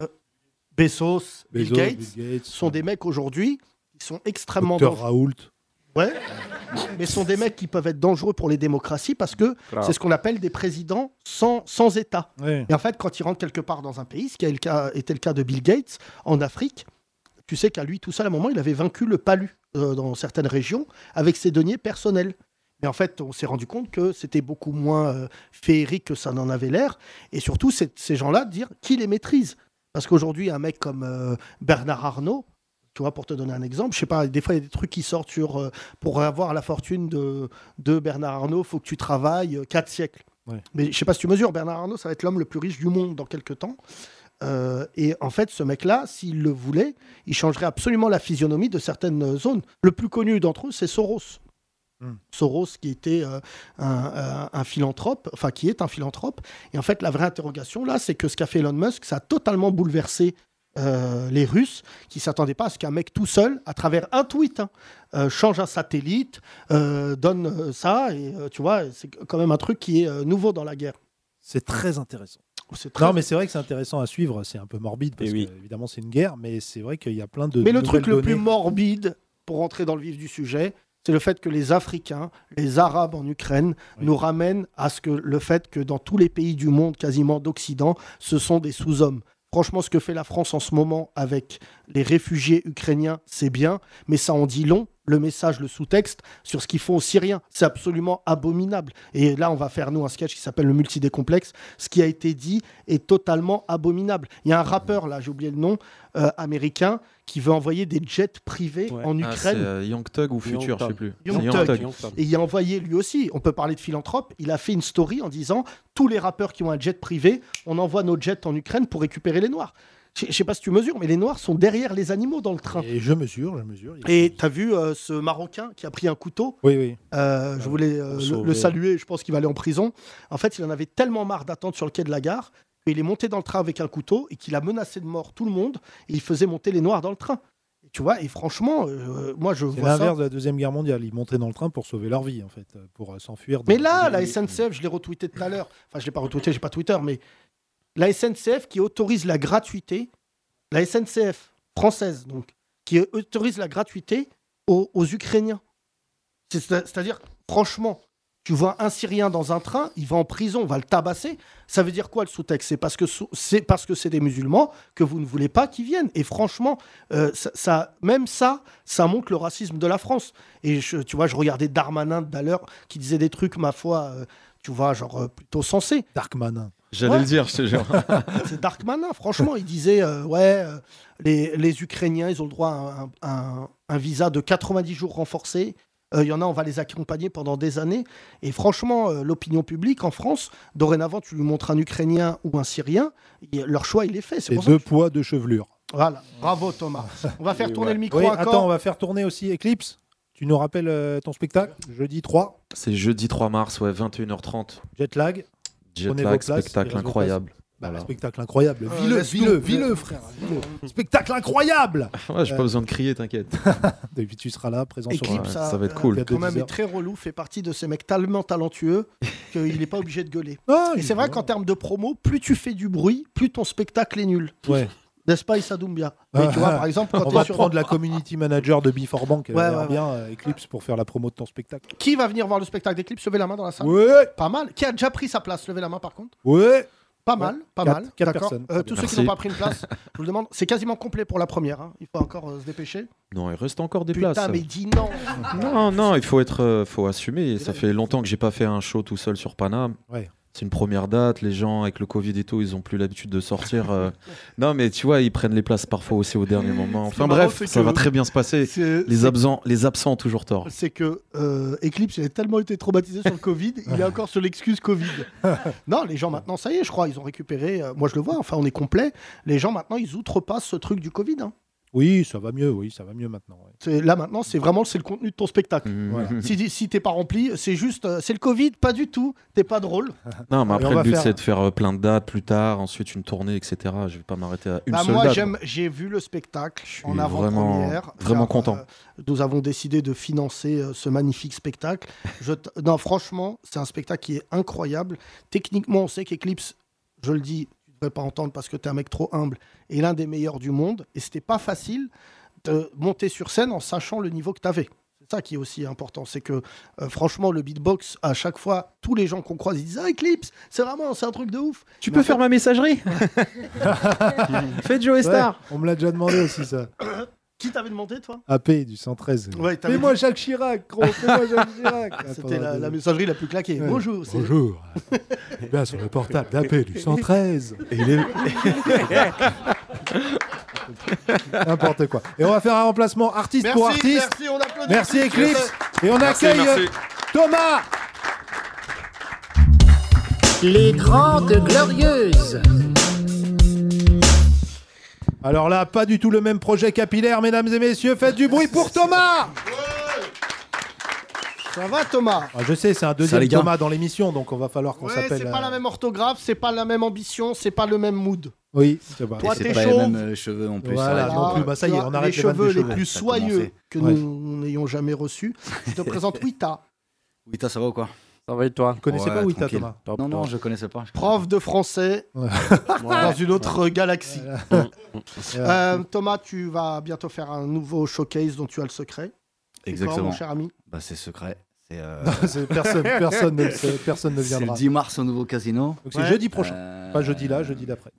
euh, [laughs] Bezos, Bill
Bezos,
Gates,
Bill Gates,
sont des mecs aujourd'hui qui sont extrêmement
Docteur
dangereux.
Raoult.
Ouais. Mais ce sont des mecs qui peuvent être dangereux pour les démocraties parce que
Grave.
c'est ce qu'on appelle des présidents sans, sans État.
Ouais.
Et en fait, quand ils rentrent quelque part dans un pays, ce qui a le cas- était le cas de Bill Gates en Afrique, tu sais qu'à lui tout seul, à un moment, il avait vaincu le palu euh, dans certaines régions avec ses deniers personnels. Mais en fait, on s'est rendu compte que c'était beaucoup moins euh, féerique que ça n'en avait l'air. Et surtout, c'est- ces gens-là, dire qui les maîtrise. Parce qu'aujourd'hui, un mec comme euh, Bernard Arnault, tu vois, pour te donner un exemple, je sais pas, des fois il y a des trucs qui sortent sur euh, pour avoir la fortune de, de Bernard Arnault, faut que tu travailles 4 siècles.
Ouais.
Mais je sais pas si tu mesures, Bernard Arnault, ça va être l'homme le plus riche du monde dans quelques temps. Euh, et en fait, ce mec-là, s'il le voulait, il changerait absolument la physionomie de certaines zones. Le plus connu d'entre eux, c'est Soros. Soros, qui était euh, un, un- un philanthrope, enfin qui est un philanthrope. Et en fait, la vraie interrogation là, c'est que ce qu'a fait Elon Musk, ça a totalement bouleversé euh, les Russes, qui s'attendaient pas à ce qu'un mec tout seul, à travers un tweet, hein, euh, change un satellite, euh, donne euh, ça. Et euh, tu vois, c'est quand même un truc qui est euh, nouveau dans la guerre.
C'est très intéressant.
C'est très-
Non, mais c'est vrai que c'est intéressant à suivre. C'est un peu morbide parce que, évidemment, c'est une guerre, mais c'est vrai qu'il y a plein de.
Mais le
nouvelles
truc le plus
données.
morbide, pour rentrer dans le vif du sujet, c'est le fait que les Africains, les Arabes en Ukraine, nous ramènent à ce que le fait que dans tous les pays du monde, quasiment d'Occident, ce sont des sous-hommes. Franchement, ce que fait la France en ce moment avec les réfugiés ukrainiens, c'est bien, mais ça en dit long, le message, le sous-texte, sur ce qu'ils font aux Syriens. C'est absolument abominable. Et là, on va faire, nous, un sketch qui s'appelle Le multidécomplexe. Ce qui a été dit est totalement abominable. Il y a un rappeur, là, j'ai oublié le nom, euh, américain, qui veut envoyer des jets privés en
Ah, c'est
Ukraine.
euh, Young Thug ou Future, je sais plus.
Young
C'est
Thug. Et il a envoyé lui aussi, on peut parler de philanthrope, il a fait une story en disant tous les rappeurs qui ont un jet privé, on envoie nos jets en Ukraine pour récupérer les Noirs. Je je sais pas si tu mesures, mais les Noirs sont derrière les animaux dans le train.
Et je mesure, je mesure.
Et t'as vu euh, ce Marocain qui a pris un couteau
Oui, oui.
Euh, je voulais euh, le,
sauver.
le saluer, je pense qu'il va aller en prison. En fait, il en avait tellement marre d'attendre sur le quai de la gare qu'il est monté dans le train avec un couteau et qu'il a menacé de mort tout le monde et il faisait monter les Noirs dans le train. Et tu vois, et franchement, euh, moi je
C'est
vois ça.
l'inverse de la Deuxième Guerre mondiale. Ils montaient dans le train pour sauver leur vie, en fait, euh, pour euh, s'enfuir. de-
Mais là,
de-
la SNCF, je l'ai retweeté tout à l'heure. Enfin, je l'ai pas retweeté, j'ai pas Twitter, mais la SNCF qui autorise la gratuité, la SNCF française, donc, qui autorise la gratuité aux, aux Ukrainiens. C'est- c'est- C'est-à-dire, franchement, tu vois un Syrien dans un train, il va en prison, on va le tabasser. Ça veut dire quoi le sous-texte C'est parce que sous- c'est parce que c'est des musulmans que vous ne voulez pas qu'ils viennent. Et franchement, euh, ça, ça- même ça, ça montre le racisme de la France. Et je- tu vois, je regardais Darmanin tout à l'heure qui disait des trucs, ma foi, euh, tu vois, genre euh, plutôt sensés.
Darkmanin.
J'allais
Ouais.
le dire, je te
[laughs]
jure.
[laughs] C'est Darkmanin, franchement. Il disait, euh, ouais, euh, les, les Ukrainiens, ils ont le droit à un, un- un visa de 90 jours renforcé. Euh, Il y en a, on va les accompagner pendant des années. Et franchement, euh, l'opinion publique en France, dorénavant, tu lui montres un Ukrainien ou un Syrien, il- leur choix, il est fait. C'est
C'est
pour ça
deux
que-
poids, deux chevelures.
Voilà, bravo Thomas.
[laughs]
On va faire tourner le micro
Oui,
encore.
Attends, on va faire tourner aussi Eclipse. Tu nous rappelles euh, ton spectacle Jeudi 3,
C'est jeudi 3 mars, ouais, 21h30.
Jetlag.
Jetlag,
Prenez vos places, il
spectacle
reste vos places.
incroyable.
Bah,
Voilà.
Spectacle incroyable.
Euh,
Vis-le,
laisse
vis-le,
nous.
vis-le, frère. vis-le. spectacle incroyable
[laughs] Ouais, j'ai
Euh,
pas besoin de crier, t'inquiète.
[laughs] David, tu seras là, présent sur
Eclipse,
Ouais,
ça,
ça va être
euh,
cool.
Quand même, est très relou, fait partie de ces mecs tellement
[laughs]
talentueux qu'il n'est pas obligé de gueuler.
Ah,
Et c'est vrai qu'en termes de promo, plus tu fais du bruit, plus ton spectacle est nul.
Ouais.
N'est-ce pas, Issa Doumbia Mais tu vois, par exemple, quand
on
tu
va
sur
prendre la community manager de Before Bank, elle
Ouais,
a l'air
ouais, ouais.
bien euh, Eclipse pour faire la promo de ton spectacle.
Qui va venir voir le spectacle d'Eclipse Levez la main dans la salle.
Ouais.
Pas mal. Qui a déjà pris sa place Levez la main par contre.
Ouais.
Pas mal, pas
Quatre-
mal.
quatre
D'accord.
personnes.
Euh,
Très
tous
bien.
ceux qui
Merci.
n'ont pas pris une
[laughs]
place, je vous le demande, c'est quasiment complet pour la première. hein. Il faut encore euh, se dépêcher.
Non, il reste encore des
Putain,
places.
mais dis non.
Non, non, il faut être, euh, faut assumer. Ça fait longtemps que j'ai pas fait un show tout seul sur Paname.
Ouais.
C'est une première date. Les gens avec le Covid et tout, ils ont plus l'habitude de
[laughs]
sortir. euh. non, mais tu vois, ils prennent les places parfois aussi au dernier moment.
qui est
Enfin
marrant,
bref,
c'est
ça
que-
va très bien se passer.
c'est-
Les
c'est-
absents, les absents ont toujours tort.
c'est que euh, Eclipse il a tellement été traumatisé sur le Covid, il est encore sur l'excuse
[laughs]
Covid. non, les gens maintenant, ça y est, je crois, ils ont récupéré. euh, moi, je le vois. Enfin, on est complet. Les gens maintenant, ils outrepassent ce truc du Covid. hein.
Oui, ça va mieux, oui, ça va mieux maintenant. ouais. Mmh.
C'est- Là maintenant, c'est vraiment c'est le contenu de ton spectacle.
Voilà.
Si, si t'es pas rempli, c'est juste, euh, c'est le Covid, pas du tout. T'es pas drôle.
Non,
Et
mais
on
après, le
va
but,
faire-
c'est de faire euh, plein de dates plus tard, ensuite une tournée, etc. Je vais pas m'arrêter à une
Bah,
seule
moi,
date.
j'aime, j'ai vu le spectacle en
suis
avant-première.
vraiment- vraiment
car,
content.
euh, nous avons décidé de financer euh, ce magnifique spectacle. Je t- [laughs] non, franchement, c'est un spectacle qui est incroyable. Techniquement, on sait qu'Eclipse, je le dis, tu ne devrais pas entendre parce que tu es un mec trop humble, est l'un des meilleurs du monde. Et c'était pas facile de monter sur scène en sachant le niveau que tu avais. C'est ça qui est aussi important, c'est que euh, franchement le beatbox à chaque fois tous les gens qu'on croise ils disent ah Eclipse c'est vraiment c'est un truc de ouf.
Tu
peux faire
ma
[laughs]
messagerie Faites Joe Star.
Ouais, on me l'a déjà demandé aussi, ça.
[coughs] Qui t'avait demandé toi
AP du 113.
Ouais, t'avais
Fais-moi Jacques Chirac, gros,
[laughs]
fais-moi Jacques Chirac.
C'était
Attends,
la,
attends.
la messagerie la plus claquée.
Ouais.
Bonjour. c'est-
Bonjour. Eh bien sur le portable d'AP
[laughs]
du 113.
Et
[laughs]
il est-
[laughs] N'importe quoi. Et on va faire un remplacement artiste
Merci,
pour artiste.
merci, on applaudit.
Merci, Eclipse. Et on
Merci,
accueille
merci.
euh, Thomas.
Les Grandes Glorieuses.
Alors là, pas du tout le même projet capillaire, mesdames et messieurs. Faites du bruit pour Thomas.
Ça va Thomas
Ah, je sais, c'est un
Ça,
deuxième
les gars.
Thomas dans l'émission, donc on va falloir qu'on
Ouais,
s'appelle.
c'est pas
euh,
la même orthographe, c'est pas la même ambition, c'est pas le même mood.
Oui, c'est pas.
Toi,
Et
t'es
c'est pas les
chauve.
mêmes euh, cheveux en plus.
Voilà,
ouais.
non plus.
Ah,
Bah, ça
tu
y est,
vois,
on arrête
les
les vannes
cheveux
des
les
cheveux.
plus
Ça a commencé.
soyeux que
Ouais.
nous n'ayons jamais reçus. Je te [laughs] présente Wita,
Oui, toi, ça va ou quoi
Ça va et toi
Vous connaissez
Ouais,
pas Wita,
tranquille.
Thomas
Top,
Non, non,
top.
je connaissais pas.
prof de [laughs] français dans une autre galaxie. Euh, Thomas, tu vas bientôt faire un nouveau showcase dont tu as le secret. C'est quoi,
Exactement.
Mon cher ami.
Bah, c'est secret. C'est euh,
C'est- personne, personne, ne, le sait, personne ne
c'est le
viendra.
10 mars au nouveau casino.
Donc c'est
Ouais.
jeudi prochain.
Euh,
Pas jeudi là, jeudi d'après.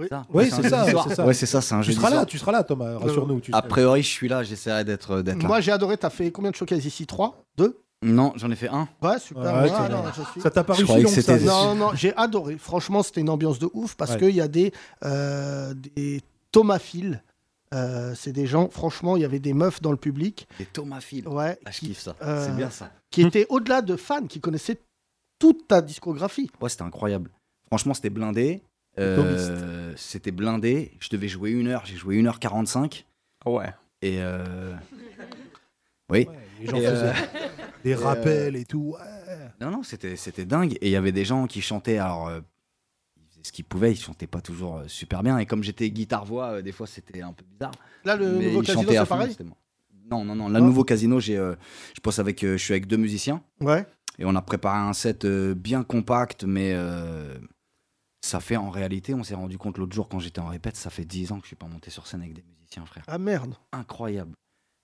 c'est ça.
Oui,
un
c'est ça,
jeudi
ouais,
soir.
c'est ça.
Ouais, c'est ça, c'est un
Tu
jeudi.
seras là,
soir.
tu seras là, Thomas. Rassure-nous. tu
A
seras-
priori, je suis là, j'essaierai d'être d'être là.
Moi, j'ai adoré. T'as fait combien de showcases ici 3 2
Non, j'en ai fait un.
Ouais, super.
Ouais,
Voilà,
c'est-
non, je suis-
Ça t'a paru
Je
si
croyais
long
que
que ça.
c'était-
Non,
non
non, j'ai adoré. Franchement, c'était une ambiance de ouf parce
Ouais.
qu'il y a des, euh, des thomaphiles. Euh, c'est des gens, franchement, il y avait des meufs dans le public
Et Thomas Phil.
ouais,
Ah, je
qui,
kiffe ça.
euh,
C'est bien ça.
qui étaient au-delà de fans, qui connaissaient toute ta discographie.
Ouais, c'était incroyable. Franchement, c'était blindé. Euh, c'était blindé. Je devais jouer une heure. J'ai joué 1h45.
Ouais.
Et.
[laughs]
euh, Oui.
Ouais, les gens
Et, euh,
faisaient des rappels et tout. ouais.
Non, non, c'était, c'était dingue. Et il y avait des gens qui chantaient, alors, euh, ils faisaient ce qu'ils pouvaient, ils chantaient pas toujours euh, super bien. Et comme j'étais guitare-voix, euh, des fois c'était un peu bizarre.
Là, le
mais
nouveau
ils
casino,
chantaient à
c'est
fond,
pareil
c'était moi. Non, non, non. Là,
Ah.
Non.
nouveau casino, j'ai, euh, je pense avec, euh, je suis avec deux musiciens
Ouais.
et on a préparé un set euh, bien compact, mais euh, Ça fait en réalité, on s'est rendu compte l'autre jour quand j'étais en répète, ça fait 10 ans que je suis pas monté sur scène avec des musiciens, frère.
Ah merde.
Incroyable.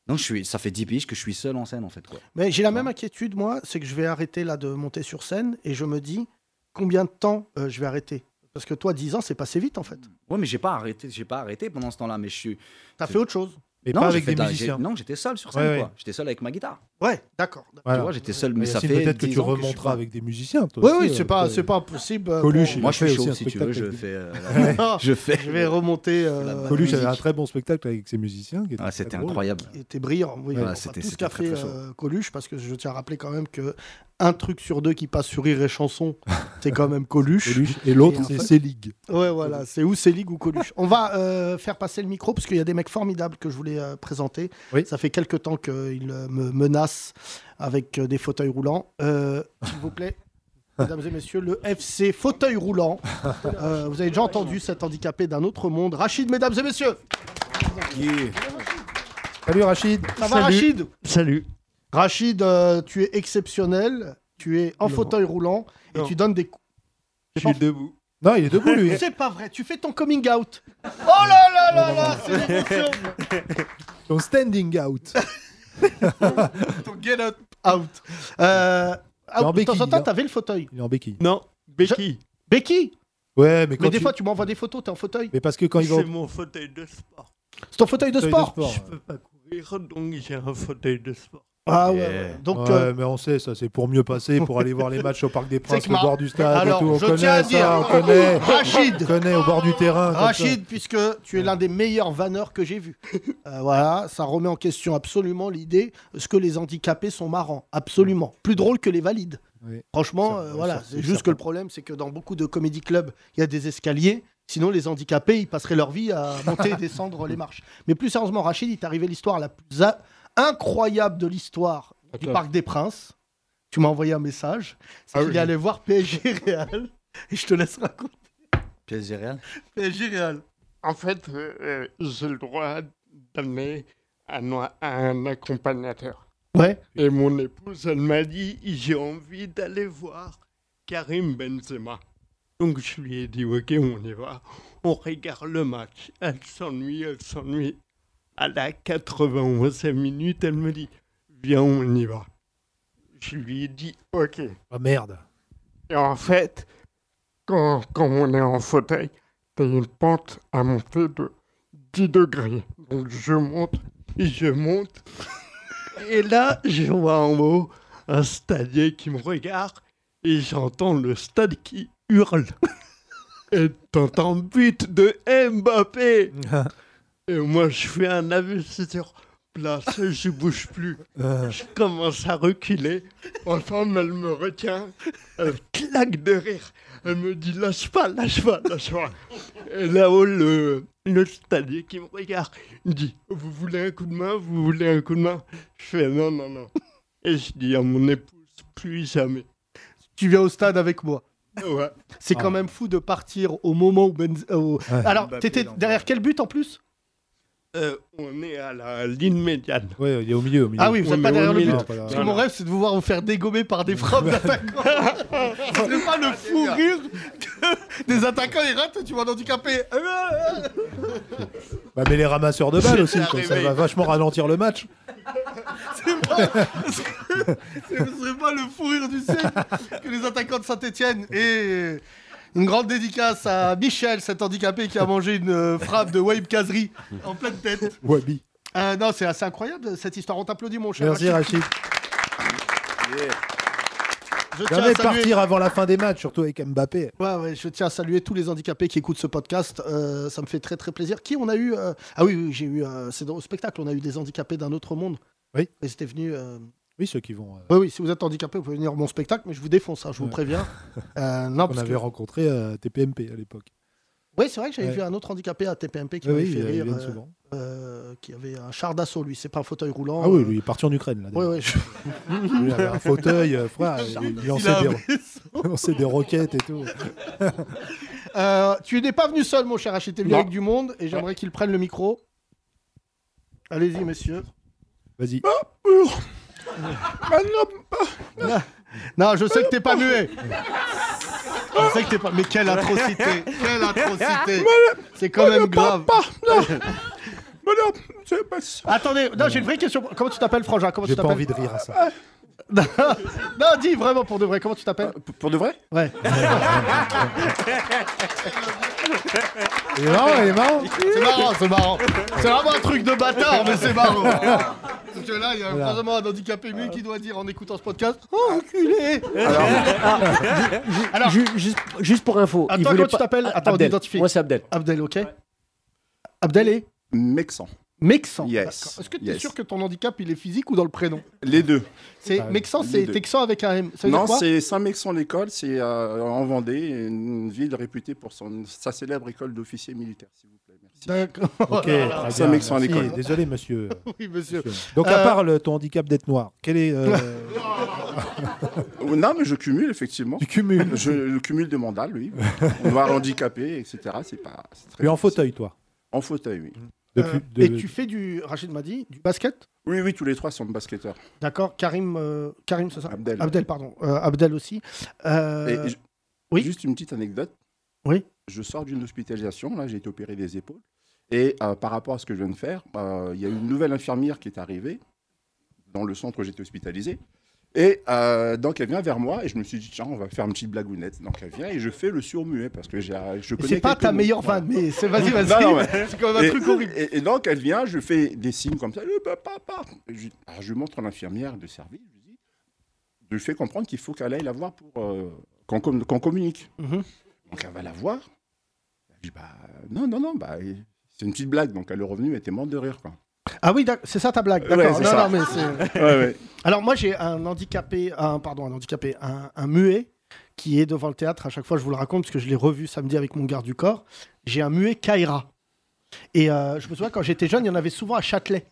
Donc je suis, ça fait 10 piges que je suis seul en scène en fait quoi.
Mais j'ai la même inquiétude, moi, c'est que je vais arrêter là de monter sur scène et je me dis combien de temps euh, je vais arrêter. Parce que toi, 10 ans, c'est passé vite en fait.
Ouais, mais j'ai pas arrêté, j'ai pas arrêté pendant ce temps-là, mais je suis.
T'as fait autre chose.
Mais non, pas avec des musiciens. Non, j'étais seul sur scène
Ouais, ouais.
quoi. J'étais seul avec ma guitare.
Ouais, d'accord.
Tu vois, j'étais seul, mais ça fait.
peut-être que tu
10 ans je suis
remonteras
pas-
avec des musiciens. Toi
Oui,
aussi,
oui,
euh,
c'est pas,
peut-être.
c'est pas impossible. euh,
Coluche,
pour-
il a fait aussi un spectacle avec des-
[laughs] Je vais remonter. euh,
euh, Coluche avait un très bon spectacle avec ses musiciens. qui était
Ah, c'était
très drôle.
incroyable.
Il était brillant. Oui,
Ouais,
Enfin,
c'était-
tout ce
c'était
qu'a
très,
fait
très chaud.
euh, Coluche, parce que je tiens à rappeler quand même que un truc sur deux qui passe sur Rire et
[laughs]
Chanson, c'est quand même Coluche.
Coluche. Et l'autre,
en
c'est
fait-
Selig.
Ouais, voilà, c'est ou Célig ou Coluche. On va euh, faire passer le micro parce qu'il y a des mecs formidables que je voulais euh, présenter. Ça fait quelques temps qu'ils euh, me menacent avec euh, des fauteuils roulants. Euh, S'il vous
[laughs]
plaît. Mesdames et messieurs, le FC fauteuil roulant. Euh, vous avez déjà entendu cet handicapé d'un autre monde. Rachid, mesdames et messieurs.
Salut Rachid.
Ça va Rachid Salut. Rachid, euh, tu es exceptionnel. Tu es en
Non.
fauteuil roulant et
Non.
tu donnes des coups.
Je suis debout. Non, il est debout lui.
[laughs] C'est pas vrai, tu fais ton coming out. Oh là là là là, Ah, c'est
[laughs]
l'émotion.
Ton standing out.
Ton get out. out. Euh,
est en
out, de temps
béquille,
en temps,
hein.
t'avais le fauteuil.
Il est en béquille.
Non,
béquille. Béquille
Ouais, mais quand
Mais des
tu-
fois, tu m'envoies des photos, t'es en fauteuil.
Mais parce que quand ils vont-
C'est mon fauteuil de sport.
C'est ton fauteuil de sport
Je peux pas courir, donc j'ai un fauteuil de sport.
Ah ouais,
ouais.
donc,
Ouais,
euh,
mais on sait ça, c'est pour mieux passer, pour aller voir les matchs au Parc des
C'est
Princes,
que
au
ma-
bord du stade, et
Alors,
tout, on
je
connaît
tiens à dire-
ça, on
[laughs]
connaît,
Rachid
on connaît au bord du terrain. comme ça.
Rachid, puisque tu es l'un des meilleurs vanneurs que j'ai
[laughs]
vu. Euh, voilà, ça remet en question absolument l'idée ce que les handicapés sont marrants. Absolument. Plus drôle que les valides.
Oui.
Franchement, euh, voilà.
ça, c'est
C'est juste que le problème, c'est que dans beaucoup de comédie clubs, il y a des escaliers. Sinon, les handicapés, ils passeraient leur vie
[laughs]
à monter et descendre les marches. Mais plus sérieusement, Rachid, il t'est arrivé l'histoire la plus a- incroyable de l'histoire du
Attends.
Parc des Princes. Tu m'as envoyé un message. C'est
Ah
qu'il
oui.
est allé voir PSG Real. Et je te laisse raconter.
PSG Real.
PSG Real.
En fait, euh, euh, j'ai le droit d'amener un, un accompagnateur.
Ouais.
Et mon épouse, elle m'a dit j'ai envie d'aller voir Karim Benzema. Donc je lui ai dit ok, on y va. On regarde le match. Elle s'ennuie, elle s'ennuie. À la 91e minute, elle me dit viens, on y va. Je lui ai dit ok.
Ah merde.
Et en fait, quand, quand on est en fauteuil, t'as une pente à monter de 10 degrés. Donc je monte, et je monte. [laughs] Et là, je vois en haut un stadier qui me regarde et j'entends le stade qui hurle. [laughs] Et t'entends but de Mbappé.
Ah.
Et moi, je fais un investisseur place, je bouge plus.
Euh,
Je commence à reculer. Ma femme, elle me retient. Elle claque de rire. Elle me dit lâche pas, lâche pas, lâche pas. Et là-haut, le, le stadier qui me regarde il dit Vous voulez un coup de main Vous voulez un coup de main Je fais non, non, non. Et je dis à mon épouse Plus jamais.
Tu viens au stade avec moi.
Ouais.
C'est quand même fou de partir au moment où. Benz- euh, au- Alors,
Mbappé
t'étais
l'envoie.
derrière quel but en plus
Bah, Euh, on est à la ligne médiane.
Ouais, il est au milieu. Au milieu.
Ah oui, vous
On
n'êtes pas
est au
derrière le
milieu.
but.
Non, pas
Parce que
derrière.
mon rêve, c'est de vous voir vous faire dégommer par des frappes d'attaquants. c'est pas le fou rire que des attaquants, ils ratent, tu vois un handicapé.
Bah, mais les ramasseurs de balles aussi,
C'est
quoi, ça
arrivé.
va vachement ralentir le match.
[laughs] C'est pas... c'est- Ce serait pas le fou rire du siècle que les attaquants de Saint-Etienne. Et une grande dédicace à Michel, cet handicapé qui a mangé une euh, frappe de Wahib Kazri en pleine tête.
Wabi.
Euh, non, c'est assez incroyable cette histoire. On t'applaudit, mon cher.
Merci Rachid.
Je tiens
Jamais
à saluer-
partir avant la fin des matchs, surtout avec Mbappé.
Ouais, ouais, je tiens à saluer tous les handicapés qui écoutent ce podcast. Euh, ça me fait très très plaisir. Qui on a eu euh, Ah oui, oui, j'ai eu. euh, c'est dans- au spectacle, on a eu des handicapés d'un autre monde.
Oui.
Ils étaient venus. euh,
Oui, ceux qui vont. euh,
Oui, oui, si vous êtes handicapé, vous pouvez venir à mon spectacle, mais je vous défonce, hein, je vous
Ouais. [laughs]
préviens. Euh, non,
qu'on
parce
avait
que-
rencontré euh, à TPMP à l'époque.
Oui, c'est vrai que j'avais
Ouais.
vu un autre handicapé à TPMP qui
Oui,
m'avait
oui,
fait
ils
rire.
viennent
euh,
souvent.
euh, qui avait un char d'assaut, lui, c'est pas un fauteuil roulant.
Ah oui,
euh,
lui, il est parti en Ukraine. Là,
Ouais, ouais, je-
[laughs] Il avait un fauteuil, euh, frère, il, il
Il
lançait
a
des,
un
[laughs] il lançait des roquettes et
[laughs]
tout.
Euh, tu n'es pas venu seul, mon cher Hachid, t'es venu
Non.
avec du monde et j'aimerais qu'il prenne le micro. Allez-y, messieurs. Ah, oh,
Vas-y.
Ah,
[laughs] non, je sais que t'es pas muet. Je sais que t'es pas. Mais quelle atrocité Quelle atrocité
Mais-
C'est quand
mais
même
ne parle
grave. [laughs]
pas, non.
Attendez, non, j'ai une vraie question. Comment tu t'appelles, Frangin Comment
J'ai
tu
pas
t'appelles
envie de rire à ça.
non, [laughs] non, dis vraiment pour de vrai. Comment tu t'appelles
Pour de vrai
Ouais.
Il est marrant, il est marrant.
C'est marrant, c'est marrant. C'est vraiment un truc de bâtard, mais c'est marrant. Parce que là, il y a
Voilà.
vraiment un handicapé mu qui doit dire en écoutant ce podcast Oh, enculé
Alors,
Alors-
ju- juste, juste pour info.
Attends,
il voulait
comment tu
pas-
t'appelles
Ah,
Attends, on
Abdel.
identifie.
Moi, c'est Abdel.
Abdel, ok. Abdel est
Mexan.
Mexan.
Yes.
Est-ce que tu es
Yes.
sûr que ton handicap, il est physique ou dans le prénom
Les deux.
C'est
Ah,
Mexan,
Bah, Les
c'est
deux.
Texan avec un M. Ça veut
Non,
dire quoi
c'est Saint-Mexan-l'École, c'est euh, en Vendée, une ville réputée pour son, sa célèbre école d'officiers militaires, s'il vous plaît. Merci.
D'accord.
Ok,
Voilà.
très
Ça
bien,
m'excite à
merci.
l'école.
Désolé, monsieur.
[laughs] Oui, monsieur.
Donc, à
[laughs]
Euh,
part le- ton handicap d'être noir, quel est. euh,
Oh, Non, mais je cumule, effectivement. Tu
cumules
Je le cumule de mandats, lui. Voir handicapé, etc. C'est pas. c'est très
Tu es en
difficile.
fauteuil, toi
En fauteuil, oui.
Euh, Et tu fais du. Rachid m'a dit, du basket
Oui, oui, tous les trois sont basketteurs.
D'accord, Karim, euh, Karim, c'est ça
Abdel.
pardon. Euh, Abdel aussi. Euh,
Et j-
oui.
Juste une petite anecdote.
Oui.
Je sors d'une hospitalisation, là j'ai été opéré des épaules. Et euh, par rapport à ce que je viens de faire, euh, il y a une nouvelle infirmière qui est arrivée dans le centre où j'étais hospitalisé. Et euh, donc elle vient vers moi et je me suis dit, tiens, on va faire une petite blagounette. Donc elle vient et je fais le surmuet parce que j'ai, euh, je connais.
C'est pas
quelques
ta
mots.
meilleure
Voilà.
vanne, mais c'est vas-y, vas-y.
Non, non, mais-
[laughs] C'est quand même un
et,
truc horrible.
Et, et donc, elle vient, je fais des signes comme ça. Le papa, papa. Et Je, alors, je montre à l'infirmière de service. Je lui dis, je lui fais comprendre qu'il faut qu'elle aille la voir pour euh, qu'on com- qu'on communique.
Mhm.
Donc, elle va la voir. Elle dit, bah, non, non, non, bah, et- c'est une petite blague. Donc, elle est revenue, elle était morte de rire. Quoi.
Ah oui, d'ac- c'est ça ta blague.
Ouais,
D'accord.
c'est
non,
ça.
non, mais c'est-
[laughs] Ouais, ouais.
Alors moi, j'ai un handicapé, un pardon, un handicapé, un, un muet qui est devant le théâtre. À chaque fois, je vous le raconte parce que je l'ai revu samedi avec mon garde du corps. J'ai un muet Kaira. Et euh, je me souviens quand j'étais jeune, il y en avait souvent à Châtelet.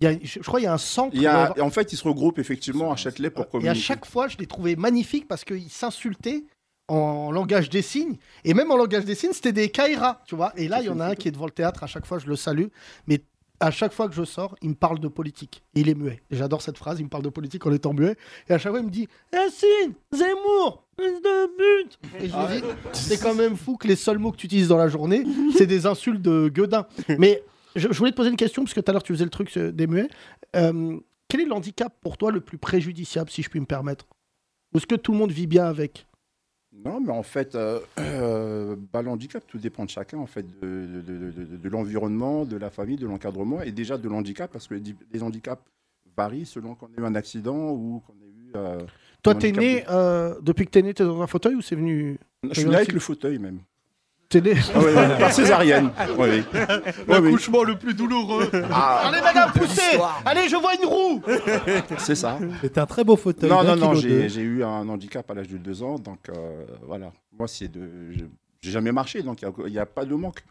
Il y a- je, je crois qu'il y a un centre.
Il y a-
dans-
en fait, ils se regroupent effectivement à Châtelet pour
Et à
communiquer.
chaque fois, je les trouvais magnifiques parce qu'ils s'insultaient en langage des signes. Et même en langage des signes, c'était des Kaira, tu vois. Et là, il y en a un qui est devant le théâtre. À chaque fois, je le salue. Mais à chaque fois que je sors, il me parle de politique. Et il est muet. Et j'adore cette phrase. Il me parle de politique en étant muet. Et à chaque fois, il me dit Yassine, Zemmour, fils de but Et je lui dis C'est quand même fou que les seuls mots que tu utilises dans la journée, c'est des insultes de gueudin. Mais je, je voulais te poser une question, parce que tout à l'heure, tu faisais le truc euh, des muets. Euh, quel est l'handicap pour toi le plus préjudiciable, si je puis me permettre Ou est-ce que tout le monde vit bien avec
Non, mais en fait, euh, euh, bah, l'handicap, tout dépend de chacun, en fait, de, de- de- de- de- de l'environnement, de la famille, de l'encadrement, et déjà de l'handicap, parce que les, di- les handicaps varient selon qu'on a eu un accident ou qu'on a eu... euh,
Toi,
un
t'es
handicap
né, euh, depuis que t'es né, t'es dans un fauteuil ou c'est venu
de- Je suis né avec le fauteuil, même.
T'es né
Ah ouais, ouais, par césarienne. Ouais, ouais. Ouais, oui.
L'accouchement le plus douloureux.
Ah.
Allez, madame,
De
poussez
l'histoire.
Allez, je vois une roue
C'est ça.
C'est un très beau fauteuil.
Non,
d'un
non, non,
kilo deux. [laughs]
j'ai j'ai eu un handicap à l'âge de 2 ans, donc euh, voilà. Moi, c'est de... je- J'ai jamais marché, donc il n'y a, il y a pas de manque.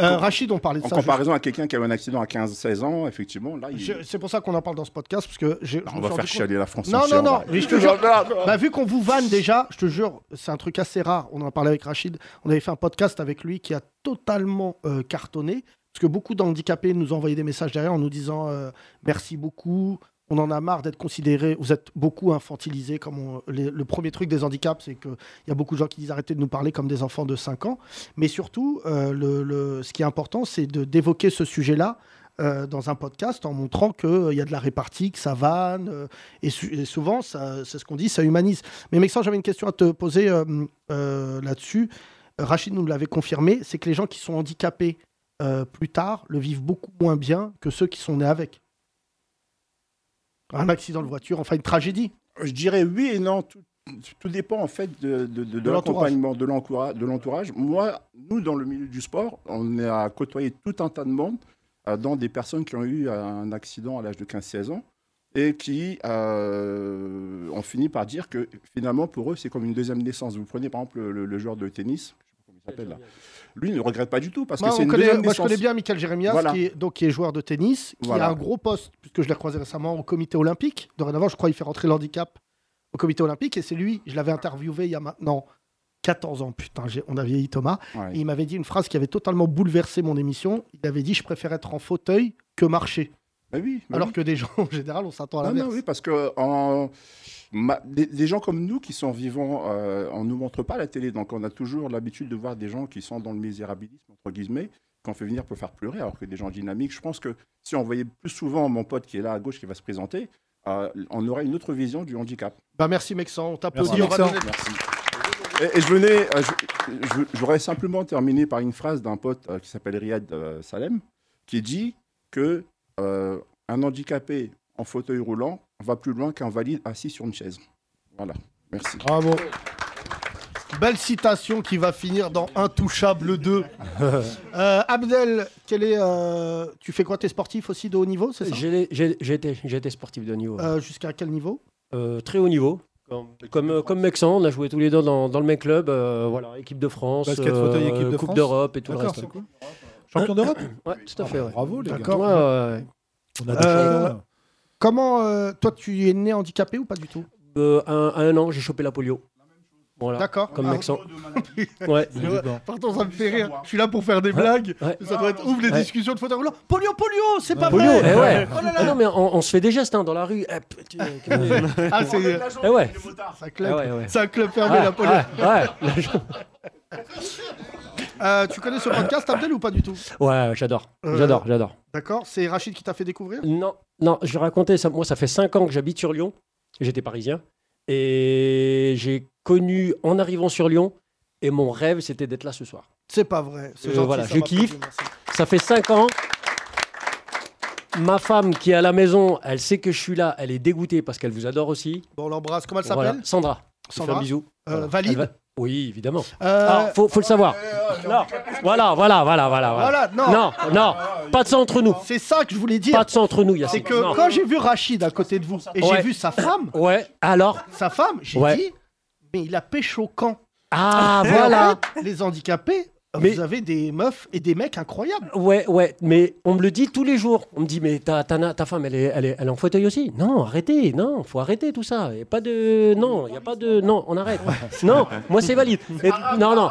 Euh, Rachid, on parlait de
En
ça.
comparaison à quelqu'un qui a eu un accident à 15-16 ans, effectivement, là, il...
Je- je- C'est pour ça qu'on en parle dans ce podcast, parce que je- je
on
me suis
va faire
rendu compte-
chialer la France
Non, non,
entière,
non.
là.
Mais je te
[laughs] Non,
jure,
non, non.
bah, vu qu'on vous vanne déjà, je te jure, c'est un truc assez rare. On en a parlé avec Rachid. On avait fait un podcast avec lui qui a totalement euh, cartonné, parce que beaucoup d'handicapés nous envoyaient des messages derrière en nous disant euh, merci beaucoup. On en a marre d'être considérés, vous êtes beaucoup infantilisés. Comme on- les- le premier truc des handicaps, c'est qu'il y a beaucoup de gens qui disent arrêtez de nous parler comme des enfants de 5 ans. Mais surtout, euh, le- le- ce qui est important, c'est de- d'évoquer ce sujet-là euh, dans un podcast en montrant qu'il y a de la répartie, que ça vanne. euh, et, su- et souvent, ça- c'est ce qu'on dit, ça humanise. Mais Mexan, j'avais une question à te poser euh, euh, là-dessus. Rachid nous l'avait confirmé c'est que les gens qui sont handicapés euh, plus tard le vivent beaucoup moins bien que ceux qui sont nés avec. Un accident de voiture, enfin une tragédie.
Je dirais oui et non. Tout, tout dépend en fait de, de, de, de
De l'entourage.
l'accompagnement, de l'encoura- de l'entourage. Moi, nous, dans le milieu du sport, on a côtoyé tout un tas de monde, euh, dont des personnes qui ont eu euh, un accident à l'âge de 15-16 ans et qui euh, ont fini par dire que finalement, pour eux, c'est comme une deuxième naissance. Vous prenez par exemple le, le joueur de tennis, je sais pas comment il s'appelle là. Lui, il ne regrette pas du tout parce
Moi,
que c'est
Bah, on
une
connaît-
deuxième
moi, je
naissance.
connais bien Michael Jérémias,
Voilà.
qui, est, donc, qui est joueur de tennis, qui
Voilà.
a un gros poste, puisque je l'ai croisé récemment au comité olympique. Dorénavant, je crois qu'il fait rentrer l'handicap au comité olympique. Et c'est lui, je l'avais interviewé il y a maintenant 14 ans. Putain, j'ai- on a vieilli Thomas.
Ouais.
Et il m'avait dit une phrase qui avait totalement bouleversé mon émission. Il avait dit Je préfère être en fauteuil que marcher.
Ah oui, bah
Alors
oui.
que des [laughs] gens, en général, on s'attend à
Non,
l'inverse.
non, oui, parce que en- ma- des, des gens comme nous qui sont vivants, euh, on ne nous montre pas à la télé, donc on a toujours l'habitude de voir des gens qui sont dans le misérabilisme, entre guillemets, qu'on fait venir pour faire pleurer, alors que des gens dynamiques, je pense que si on voyait plus souvent mon pote qui est là à gauche qui va se présenter, euh, on aurait une autre vision du handicap.
Bah, merci, Mexan. On t'applaudit.
Merci,
on va
Mexan.
donner-
Et, et je venais, euh, je- je je voudrais simplement terminer par une phrase d'un pote euh, qui s'appelle Riyad euh, Salem, qui dit que euh, un handicapé en fauteuil roulant va plus loin qu'un valide assis sur une chaise. Voilà. Merci.
Bravo. Belle citation qui va finir dans Intouchable 2. Euh, Abdel, quel est, euh, tu fais quoi T'es sportif aussi de haut niveau, [laughs] c'est ça
J'ai j'ai- j'ai été, j'ai été sportif de haut niveau. ouais.
Euh, Jusqu'à quel niveau
Euh, très haut niveau. Comme, comme, euh, comme Mexan, on a joué tous les deux dans, dans le même club. euh, voilà, équipe de France, euh,
Basket, fauteuil, équipe de
Coupe
France.
d'Europe et tout le
D'accord,
reste.
c'est cool.
Euh,
Champion
[coughs]
d'Europe Ah, bah,
Ouais, tout à fait. ouais.
Bravo, les gars.
D'accord. Ouais, ouais, ouais.
On a des
Euh,
champions, là.
Comment, euh, toi, tu es né handicapé ou pas du tout
Euh, un- à un an, j'ai chopé la polio. Voilà,
D'accord.
Comme
Ah,
[laughs]
Mexan.
Ouais.
ouais.
Pardon, ça me fait rire. Je suis là pour faire des blagues. Ça doit être ouf les
Ouais.
discussions de fauteuil roulant. Polio, polio, c'est pas
Polio,
vrai.
eh ouais.
Oh là là.
Ah non, mais on, on se fait des gestes hein, dans la rue. Eh, p-
[laughs]
tu-
Ah, c'est-
Eh ouais.
C'est un club,
Ah ouais, ouais.
c'est un club fermé,
Ah,
la polio.
ah, ouais.
[laughs] Euh, tu connais ce podcast, Abdel, ou pas du tout Euh,
Ouais, j'adore. J'adore, j'adore.
D'accord C'est Rachid qui t'a fait découvrir
Non, non, je racontais ça. Moi, ça fait 5 ans que j'habite sur Lyon. J'étais parisien. Et j'ai connu, en arrivant sur Lyon, et mon rêve, c'était d'être là ce soir.
C'est pas vrai. C'est
Euh,
gentil,
voilà,
ça
je
m'a
kiffe.
plu, merci.
Ça fait 5 ans. Ma femme qui est à la maison, elle sait que je suis là, elle est dégoûtée parce qu'elle vous adore aussi.
Bon, on l'embrasse. Comment elle s'appelle
Voilà, Sandra. Je te
Sandra.
fais un bisou.
Euh,
Voilà.
valide
Elle va- Oui, évidemment.
Euh,
Alors, faut, faut le savoir. Non. Voilà, voilà, voilà, voilà.
Voilà, non. Ah,
Non, non. Pas de ça entre nous.
C'est ça que je voulais dire.
Pas de ça entre nous, Yacine.
C'est que
Non.
quand j'ai vu Rachid à côté de vous et j'ai
Ouais.
vu sa femme,
Ouais, alors
sa femme, j'ai
Ouais.
dit, mais il a pêché au camp.
Ah,
Et en
voilà.
fait, les handicapés, euh, vous avez des meufs et des mecs incroyables.
Ouais, ouais, mais on me le dit tous les jours. On me dit, mais ta, ta, na- ta femme, elle est, elle, est, elle est en fauteuil aussi. Non, arrêtez, non, faut arrêter tout ça. Il a pas de. Non, il n'y a pas de. Non, on arrête. non, moi, c'est valide. Et- non, non.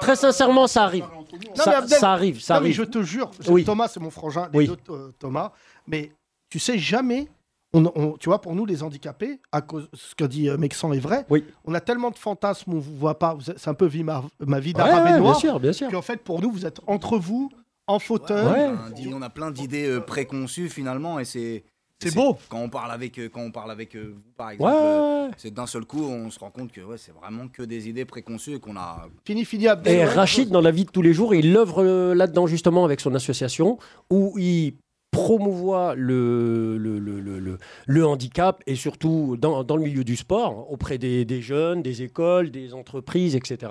Très sincèrement, ça arrive.
Non,
Ça,
mais Abdel-
ça arrive, ça
non, mais
arrive.
je te jure, c'est-
Oui.
Thomas, c'est mon frangin, les
Oui.
deux, euh, Thomas. Mais tu sais, jamais, on, on- tu vois, pour nous, les handicapés, à cause ce que dit euh, Mexan est vrai, on a tellement de fantasmes, on vous voit pas. vous êtes- C'est un peu vie, ma, ma vie
Ouais,
d'arabe
ouais,
et
bien
noir.
sûr, bien sûr.
Qu'en fait, pour nous, vous êtes entre vous, en fauteuil.
On a un dîner, On a plein d'idées euh, préconçues finalement et c'est. C'est
beau.
Quand on parle avec euh, quand on parle avec euh, vous par exemple,
Ouais.
euh, c'est d'un seul coup on se rend compte que ouais, c'est vraiment que des idées préconçues et qu'on a
Fini, fini, Abdel.
Et
ouais.
Rachid, dans la vie de tous les jours, il œuvre euh, là-dedans justement avec son association où il promouvoit le, le, le, le, le- le handicap et surtout dans, dans le milieu du sport, hein, auprès des, des jeunes, des écoles, des entreprises, etc.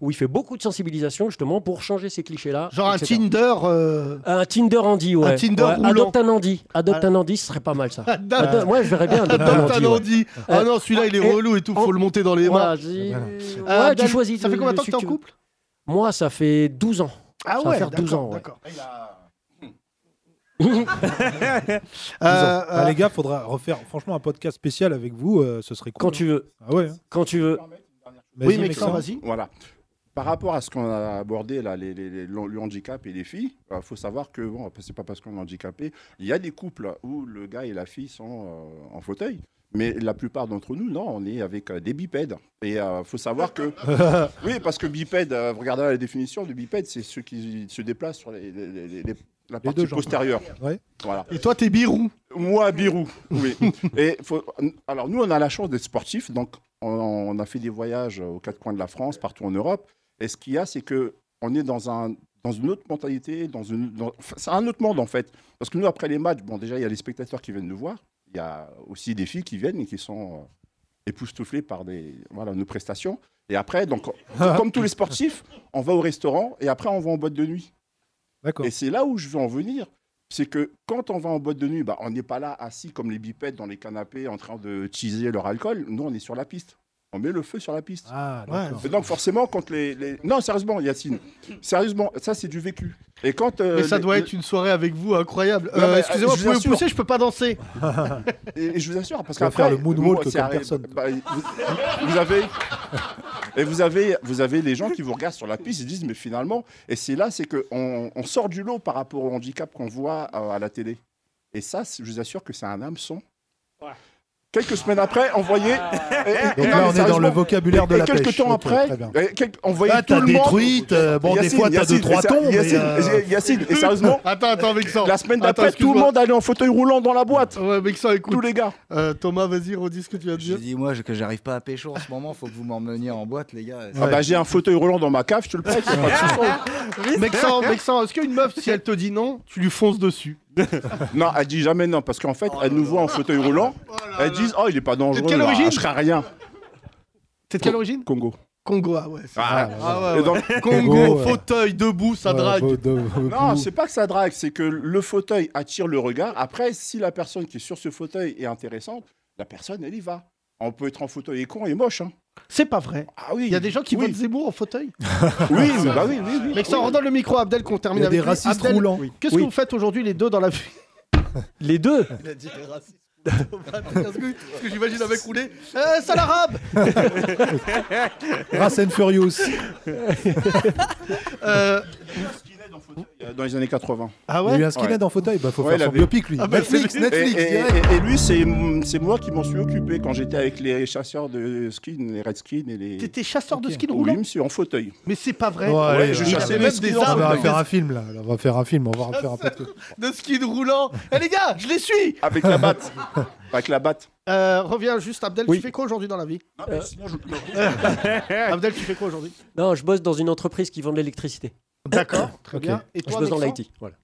Où il fait beaucoup de sensibilisation justement pour changer ces clichés-là.
Genre un
etc..
Tinder. [laughs] euh,
Un Tinder Andy, ouais.
Un Tinder
Ouais,
roulant.
Adopte un Andy. Adopte
Ah.
un Andy, ce serait pas mal ça.
[laughs] Adopte-
Moi, euh, je verrais bien adopte un
Adopte
Andy.
un
ouais. Euh,
Andy. Ah non, celui-là, il est
et-
relou et tout, faut le monter dans les mains.
Voilà, j'ai-
Voilà.
ouais,
Euh,
tu
Dan,
choisis
ça fait
le-
combien de temps
le
que t'es en
sujet que tu veux.
couple
Moi, ça fait 12 ans.
Ah
ça va
ouais,
faire 12 ans. ouais.
d'accord,
Ils ont-
Euh,
Euh, Bah,
euh,
les gars, faudra refaire franchement un podcast spécial avec vous. euh, ce serait cool.
Quand tu veux.
Ah ouais.
Quand tu veux.
Vas-y, Mexan.
Voilà. Par rapport à ce qu'on a abordé, là, les, les- les- le handicap et les filles, il faut savoir que bon, c'est pas parce qu'on est handicapé. Il y a des couples où le gars et la fille sont euh, en fauteuil. Mais la plupart d'entre nous, non, on est avec euh, des bipèdes. Et euh, faut savoir que. oui, parce que bipède, euh, vous regardez la définition du bipède, c'est ceux qui se déplacent sur les- les- les- les- la partie
deux jambes.
postérieure.
Ouais.
Voilà.
Et toi, t'es birou
Moi, birou, oui. [laughs] Et faut- Alors, nous, on a la chance d'être sportifs, donc on, on a fait des voyages aux quatre coins de la France, partout en Europe. Et ce qu'il y a, c'est que on est dans, un, dans une autre mentalité, dans une, dans- enfin, c'est un autre monde, en fait. Parce que nous, après les matchs, bon, déjà, il y a les spectateurs qui viennent nous voir. Il y a aussi des filles qui viennent et qui sont euh, époustouflées par des, voilà, nos prestations. Et après, donc,
Ah.
comme tous les sportifs, on va au restaurant et après, on va en boîte de nuit. Et c'est là où je veux en venir. C'est que quand on va en boîte de nuit, bah, on n'est pas là assis comme les bipèdes dans les canapés en train de teaser leur alcool. Nous, on est sur la piste. On met le feu sur la piste.
Ah,
Ah, d'accord.
Et donc forcément, quand les, les- Non, sérieusement, Yacine. Sérieusement, ça, c'est du vécu. Et quand... euh,
Mais ça
les-
doit
les-
être une soirée avec vous incroyable.
Non,
Euh,
mais,
Excusez-moi,
bah,
vous
je vous
pouvez
assure.
pousser, je peux pas
[laughs]
danser.
Et, et je vous assure, parce
Tu vas
qu'après...
faire le moonwalk
moi,
comme
c'est arri-
personne,
bah, vous, vous avez... Et vous avez, vous avez les gens qui vous regardent sur la piste, ils disent, mais finalement... Et c'est là, c'est qu'on on sort du lot par rapport au handicap qu'on voit euh, à la télé. Et ça, c'est- je vous assure que c'est un hameçon. Quelques semaines après, on voyait.
Ah.
et-
Donc
et-
là, on
mais
est dans
sérieusement,
le vocabulaire de
et
la
quelques
pêche.
temps
Ok,
après,
très bien.
et quel- on voyait
Là,
tout
t'as
le
des
monde.
truites, euh, bon, des
Yacine,
fois, t'as
Yacine,
deux, trois
et ser-
tons, mais,
Yacine,
euh,
et- Yacine, et sérieusement.
Attends, attends, Vexan.
La semaine d'après,
Attends,
tout le
excuse-moi.
monde allait en fauteuil roulant dans
[laughs]
la boîte.
Ouais, Vexan, écoute. Euh,
Tous les gars.
Thomas, vas-y, redis ce que tu as dit.
Je dis, moi, je- que j'arrive pas à pécho en ce moment, faut que vous m'emmeniez en boîte, les gars.
Ah bah, j'ai un fauteuil roulant dans ma cave, je te le prête. c'est pas de
[laughs]
souci.
Vexan, Vexan, est-ce qu'une meuf, si elle te dit non, tu lui fonces dessus
[laughs] non, elle dit jamais non, parce qu'en fait, elle nous voit en fauteuil roulant. Elles disent, oh, il est pas dangereux.
quelle
bah,
origine
Je serai rien.
T'es de quelle origine
Congo.
Congo, ah ouais. c'est
Ah,
vrai.
ouais.
Ah ouais,
Et dans-
ouais.
[laughs] Congo,
Congo,
ouais.
fauteuil, debout, ça drague.
Non, c'est pas que ça drague, c'est que le fauteuil attire le regard. Après, si la personne qui est sur ce fauteuil est intéressante, la personne, elle y va. On peut être en fauteuil et con et moche. Hein.
C'est pas vrai.
Ah oui.
Il y a des gens qui
oui.
votent Zemmour en fauteuil
[laughs] Oui, bah oui, oui, oui.
Mais ça, on redonne le micro à Abdel qu'on termine
Il y a
avec
des
lui.
racistes
Abdel,
roulants.
Qu'est-ce
Oui.
que vous faites aujourd'hui les deux dans la vie [laughs]
Les deux
Il a dit les racistes. Parce que parce que j'imagine un mec rouler. Euh, sale arabe
[laughs] Race and Furious.
Euh,
[laughs] Euh, Dans les années 80.
Ah ouais Il y a eu un skinhead en fauteuil, bah, faut faire
il
son
avait-
biopic,
Ah,
lui.
bah,
Netflix,
c'est-
Netflix,
Et, et-
direct.
et- et lui, c'est c'est moi qui m'en suis occupé quand j'étais avec les chasseurs de skins, les redskins et les.
T'étais chasseur de skins
Oui,
roulants
monsieur, en fauteuil.
Mais c'est pas vrai.
Ouais,
allez,
je
ouais.
chassais même des
On va
arbres.
faire un film, là. On va faire un film. On va faire un podcast.
De skins roulants. Eh les gars, je les suis
Avec la batte. Avec la batte.
Euh, reviens juste, Abdel, tu fais quoi aujourd'hui dans la vie Euh, [laughs] Abdel, tu fais quoi aujourd'hui
Non, je bosse dans une entreprise qui vend de l'électricité.
[coughs]
[coughs]
D'accord, très
Ok.
bien. Et toi,
Je bosse dans
Alexandre
l'IT. Voilà.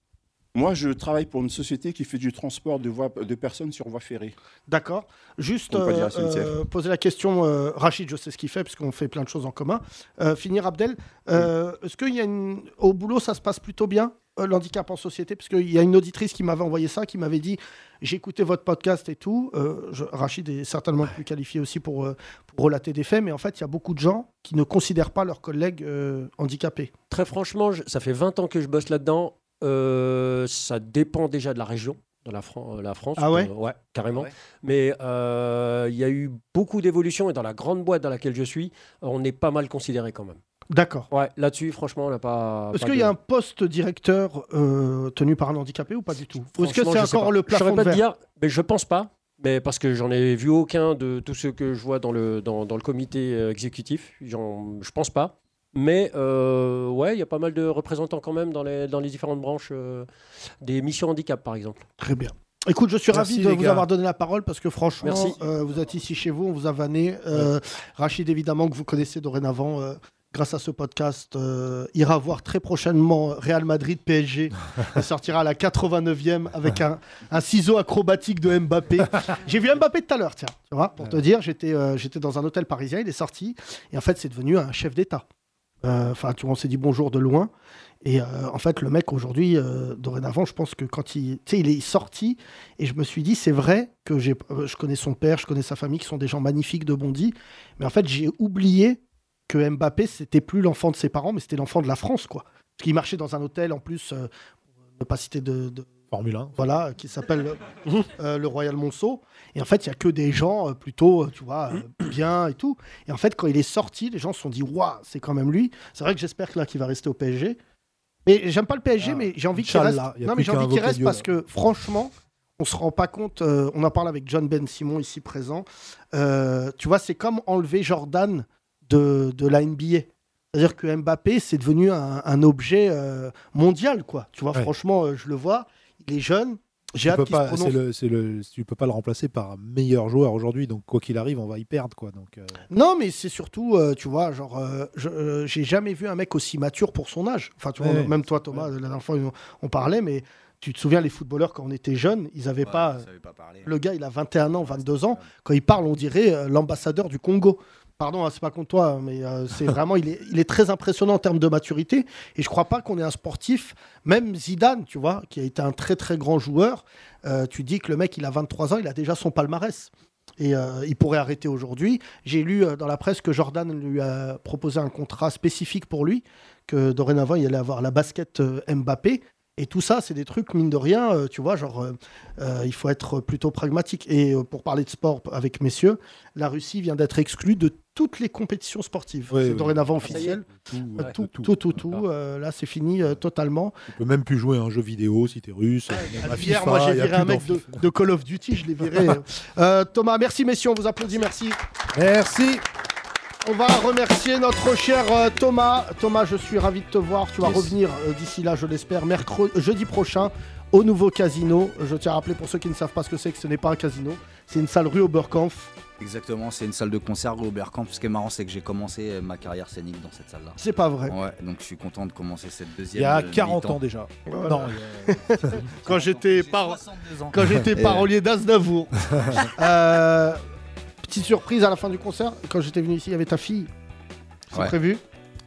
Moi, je travaille pour une société qui fait du transport de, voies, de personnes sur voie ferrée.
D'accord. Juste
On
euh,
peut dire SNCF.
euh, poser la question, euh, Rachid, je sais ce qu'il fait, parce qu'on fait plein de choses en commun. Euh, finir, Abdel, euh, est-ce qu'il y a une... au boulot, ça se passe plutôt bien, euh, l'handicap en société Parce qu'il y a une auditrice qui m'avait envoyé ça, qui m'avait dit J'écoutais votre podcast et tout. Euh, je- Rachid est certainement le plus qualifié aussi pour, euh, pour relater des faits, mais en fait, il y a beaucoup de gens qui ne considèrent pas leurs collègues euh, handicapés.
Très franchement, je- ça fait 20 ans que je bosse là-dedans. Euh, ça dépend déjà de la région, de la, Fran- euh, la France.
Ah ouais
Euh, Ouais, carrément. Mais euh, il y a eu beaucoup d'évolutions et dans la grande boîte dans laquelle je suis, on est pas mal considéré quand même.
D'accord.
Ouais, là-dessus, franchement, on n'a pas.
Est-ce
Ah, pas
qu'il
de-
y a un poste directeur euh, tenu par un handicapé ou pas du tout Ou est-ce que
Franchement,
c'est
je sais
encore
pas.
le
Je
plafond
saurais
de
pas te
verre
dire, mais je pense pas. Mais parce que j'en ai vu aucun de tous ceux que je vois dans le, dans, dans le comité euh, exécutif. J'en- Je pense pas. Mais euh, ouais, il y a pas mal de représentants quand même dans les, dans les différentes branches euh, des missions handicap, par exemple.
Très bien. Écoute, je suis
Merci,
ravi de
les
vous
gars.
avoir donné la parole parce que franchement,
Merci.
euh, vous êtes ici chez vous, on vous a vanné. Euh, Rachid, évidemment, que vous connaissez dorénavant euh, grâce à ce podcast, euh, ira voir très prochainement Real Madrid
[laughs]
PSG et sortira à la 89e avec un, un ciseau acrobatique de
[laughs]
Mbappé. J'ai vu Mbappé tout à l'heure, tiens, tu vois, pour te dire, j'étais euh, j'étais dans un hôtel parisien, il est sorti et en fait, c'est devenu un chef d'État. Euh, Enfin, tu vois, on s'est dit bonjour de loin. Et euh, en fait, le mec aujourd'hui, euh, dorénavant, je pense que quand il, tu sais, il est sorti, et je me suis dit, c'est vrai que j'ai, euh, je connais son père, je connais sa famille, qui sont des gens magnifiques de Bondy, mais en fait, j'ai oublié que Mbappé, c'était plus l'enfant de ses parents, mais c'était l'enfant de la France, quoi. Parce qu'il marchait dans un hôtel, en plus, euh, ne pas citer de,
Formule 1.
Voilà, euh, qui s'appelle euh, euh, le Royal Monceau. Et en fait, il n'y a que des gens euh, plutôt, euh, tu vois, euh, bien et tout. Et en fait, quand il est sorti, les gens se sont dit, waouh, c'est quand même lui. C'est vrai que j'espère que là, qu'il va rester au PSG. Mais j'aime pas le PSG, mais j'ai envie qu'il reste.
Ah, Inch'Allah, y a
Non, mais
plus
j'ai
qu'à
envie qu'il
invoquer
reste
Dieu,
parce
là.
que franchement, on se rend pas compte. euh, on en parle avec John Ben Simon ici présent. Euh, tu vois, c'est comme enlever Jordan de, de la NBA. C'est-à-dire que Mbappé, c'est devenu un, un objet euh, mondial, quoi. Tu vois, franchement, euh, je le vois. Il est jeune. J'ai
Tu peux
hâte qu'il se
pas, c'est
prononce.
le, c'est le, tu peux pas le remplacer par un meilleur joueur aujourd'hui, donc quoi qu'il arrive, on va y perdre quoi. Donc euh,
Non, mais c'est surtout, euh, tu vois, genre, euh, je- euh, j'ai jamais vu un mec aussi mature pour son âge. Enfin, tu vois,
Ouais.
même toi, Thomas, la dernière fois, on, on parlait, mais tu te souviens, les footballeurs, quand on était jeunes, ils avaient pas. euh, le gars, il a 21 ans, 22 ans. Quand il parle, on dirait euh, l'ambassadeur du Congo. Pardon, hein, c'est pas contre toi, hein, mais euh, [laughs] c'est vraiment, il est, il est très impressionnant en termes de maturité. Et je crois pas qu'on ait un sportif, même Zidane, tu vois, qui a été un très très grand joueur. euh, tu dis que le mec, il a 23 ans, il a déjà son palmarès. Et euh, il pourrait arrêter aujourd'hui. J'ai lu euh, dans la presse que Jordan lui a proposé un contrat spécifique pour lui, que dorénavant il allait avoir la basket euh, Mbappé. Et tout ça, c'est des trucs, mine de rien, euh, tu vois, genre, euh, euh, il faut être plutôt pragmatique. Et euh, pour parler de sport p- avec messieurs, la Russie vient d'être exclue de toutes les compétitions sportives.
Ouais,
c'est
ouais.
dorénavant
Ah, ça y est.
officiel.
Tout,
Euh,
ouais.
Tout, tout, tout, tout. Euh, là, c'est fini euh, totalement.
Tu peux même plus jouer à un jeu vidéo si t'es russe. même à
Hier,
FIFA,
moi, j'ai
y a
viré
plus
un mec
d'enfants.
de, de Call of Duty, je l'ai viré.
[laughs]
Euh, Thomas, merci, messieurs, on vous applaudit, merci. Merci. On va remercier notre cher euh, Thomas. Thomas, je suis ravi de te voir. Tu vas
Yes.
revenir euh, d'ici là, je l'espère, mercredi, jeudi prochain au nouveau casino. Je tiens à rappeler pour ceux qui ne savent pas ce que c'est que ce n'est pas un casino, c'est une salle rue Oberkampf.
Exactement, c'est une salle de concert au Oberkampf. Ce qui est marrant, c'est que j'ai commencé euh, ma carrière scénique dans cette salle-là.
C'est pas vrai.
Ouais, donc je suis content de commencer cette
Il
deuxième.
y a
euh,
40
mi-temps.
ans déjà.
Voilà.
Non,
[laughs] quand j'étais par...
ans.
quand j'étais
Et-
parolier d'Aznavour. [laughs] Euh, petite surprise à la fin du concert, quand j'étais venu ici, il y avait ta fille. C'est
Ouais.
prévu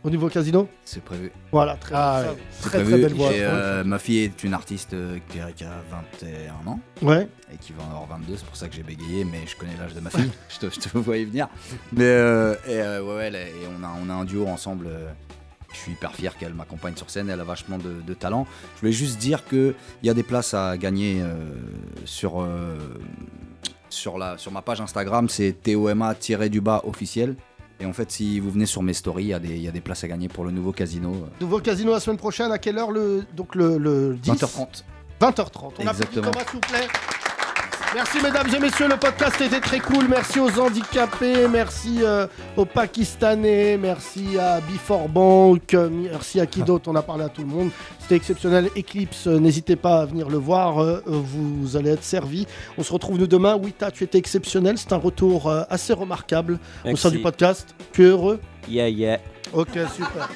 au nouveau casino.
C'est prévu.
Voilà, très Ah, ça-
C'est
très,
prévu.
très belle voix.
Et, euh, ma fille est une artiste euh, qui a qui a 21 ans.
Ouais.
Et qui va en avoir 22, c'est pour ça que j'ai bégayé, mais je connais l'âge de ma fille. [laughs] je, te, je te voyais venir. Mais euh, et, euh, ouais, ouais, elle est- et on, a, on a un duo ensemble. euh, je suis hyper fier qu'elle m'accompagne sur scène, elle a vachement de, de talent. Je voulais juste dire qu'il y a des places à gagner euh, sur, euh, sur, la, sur ma page Instagram, c'est TOMA-du-bas officiel. Et en fait, si vous venez sur mes stories, il y, a des- il y a des places à gagner pour le nouveau casino. euh,
Nouveau casino la semaine prochaine, à quelle heure le donc le, le 10
20h30.
20h30. On applaudit
Exactement.
Thomas, s'il vous plaît. Merci mesdames et messieurs, le podcast était très cool. Merci aux handicapés, merci euh, aux Pakistanais, merci à Before Bank, euh, merci à qui d'autre On a parlé à tout le monde. C'était exceptionnel. Eclipse, euh, n'hésitez pas à venir le voir, euh, euh, vous allez être servi. On se retrouve nous demain. Wita, tu étais exceptionnel. C'est un retour euh, assez remarquable au sein
Merci.
du podcast. Tu es heureux
Yeah, yeah.
Ok, super.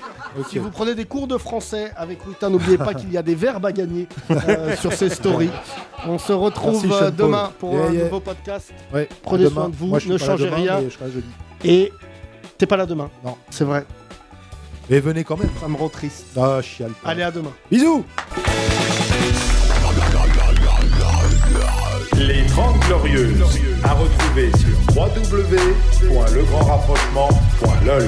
Si vous prenez des cours de français avec Wita, n'oubliez pas qu'il y a des verbes à gagner
[laughs]
euh, sur ces stories. On se retrouve
Merci, Sean
euh, demain
Paul.
pour
Yeah,
un
yeah.
nouveau podcast.
Ouais,
Prenez
demain.
soin de vous,
Moi, je suis
ne
pas là
changez
demain,
rien.
mais je serai jeudi.
Et t'es pas là demain
Non.
C'est vrai.
Mais venez quand même.
Ça me rend triste.
Ah, chial.
Allez, à demain.
Bisous
Les 30 Glorieuses, à retrouver sur www.legrandrapprochement.lol.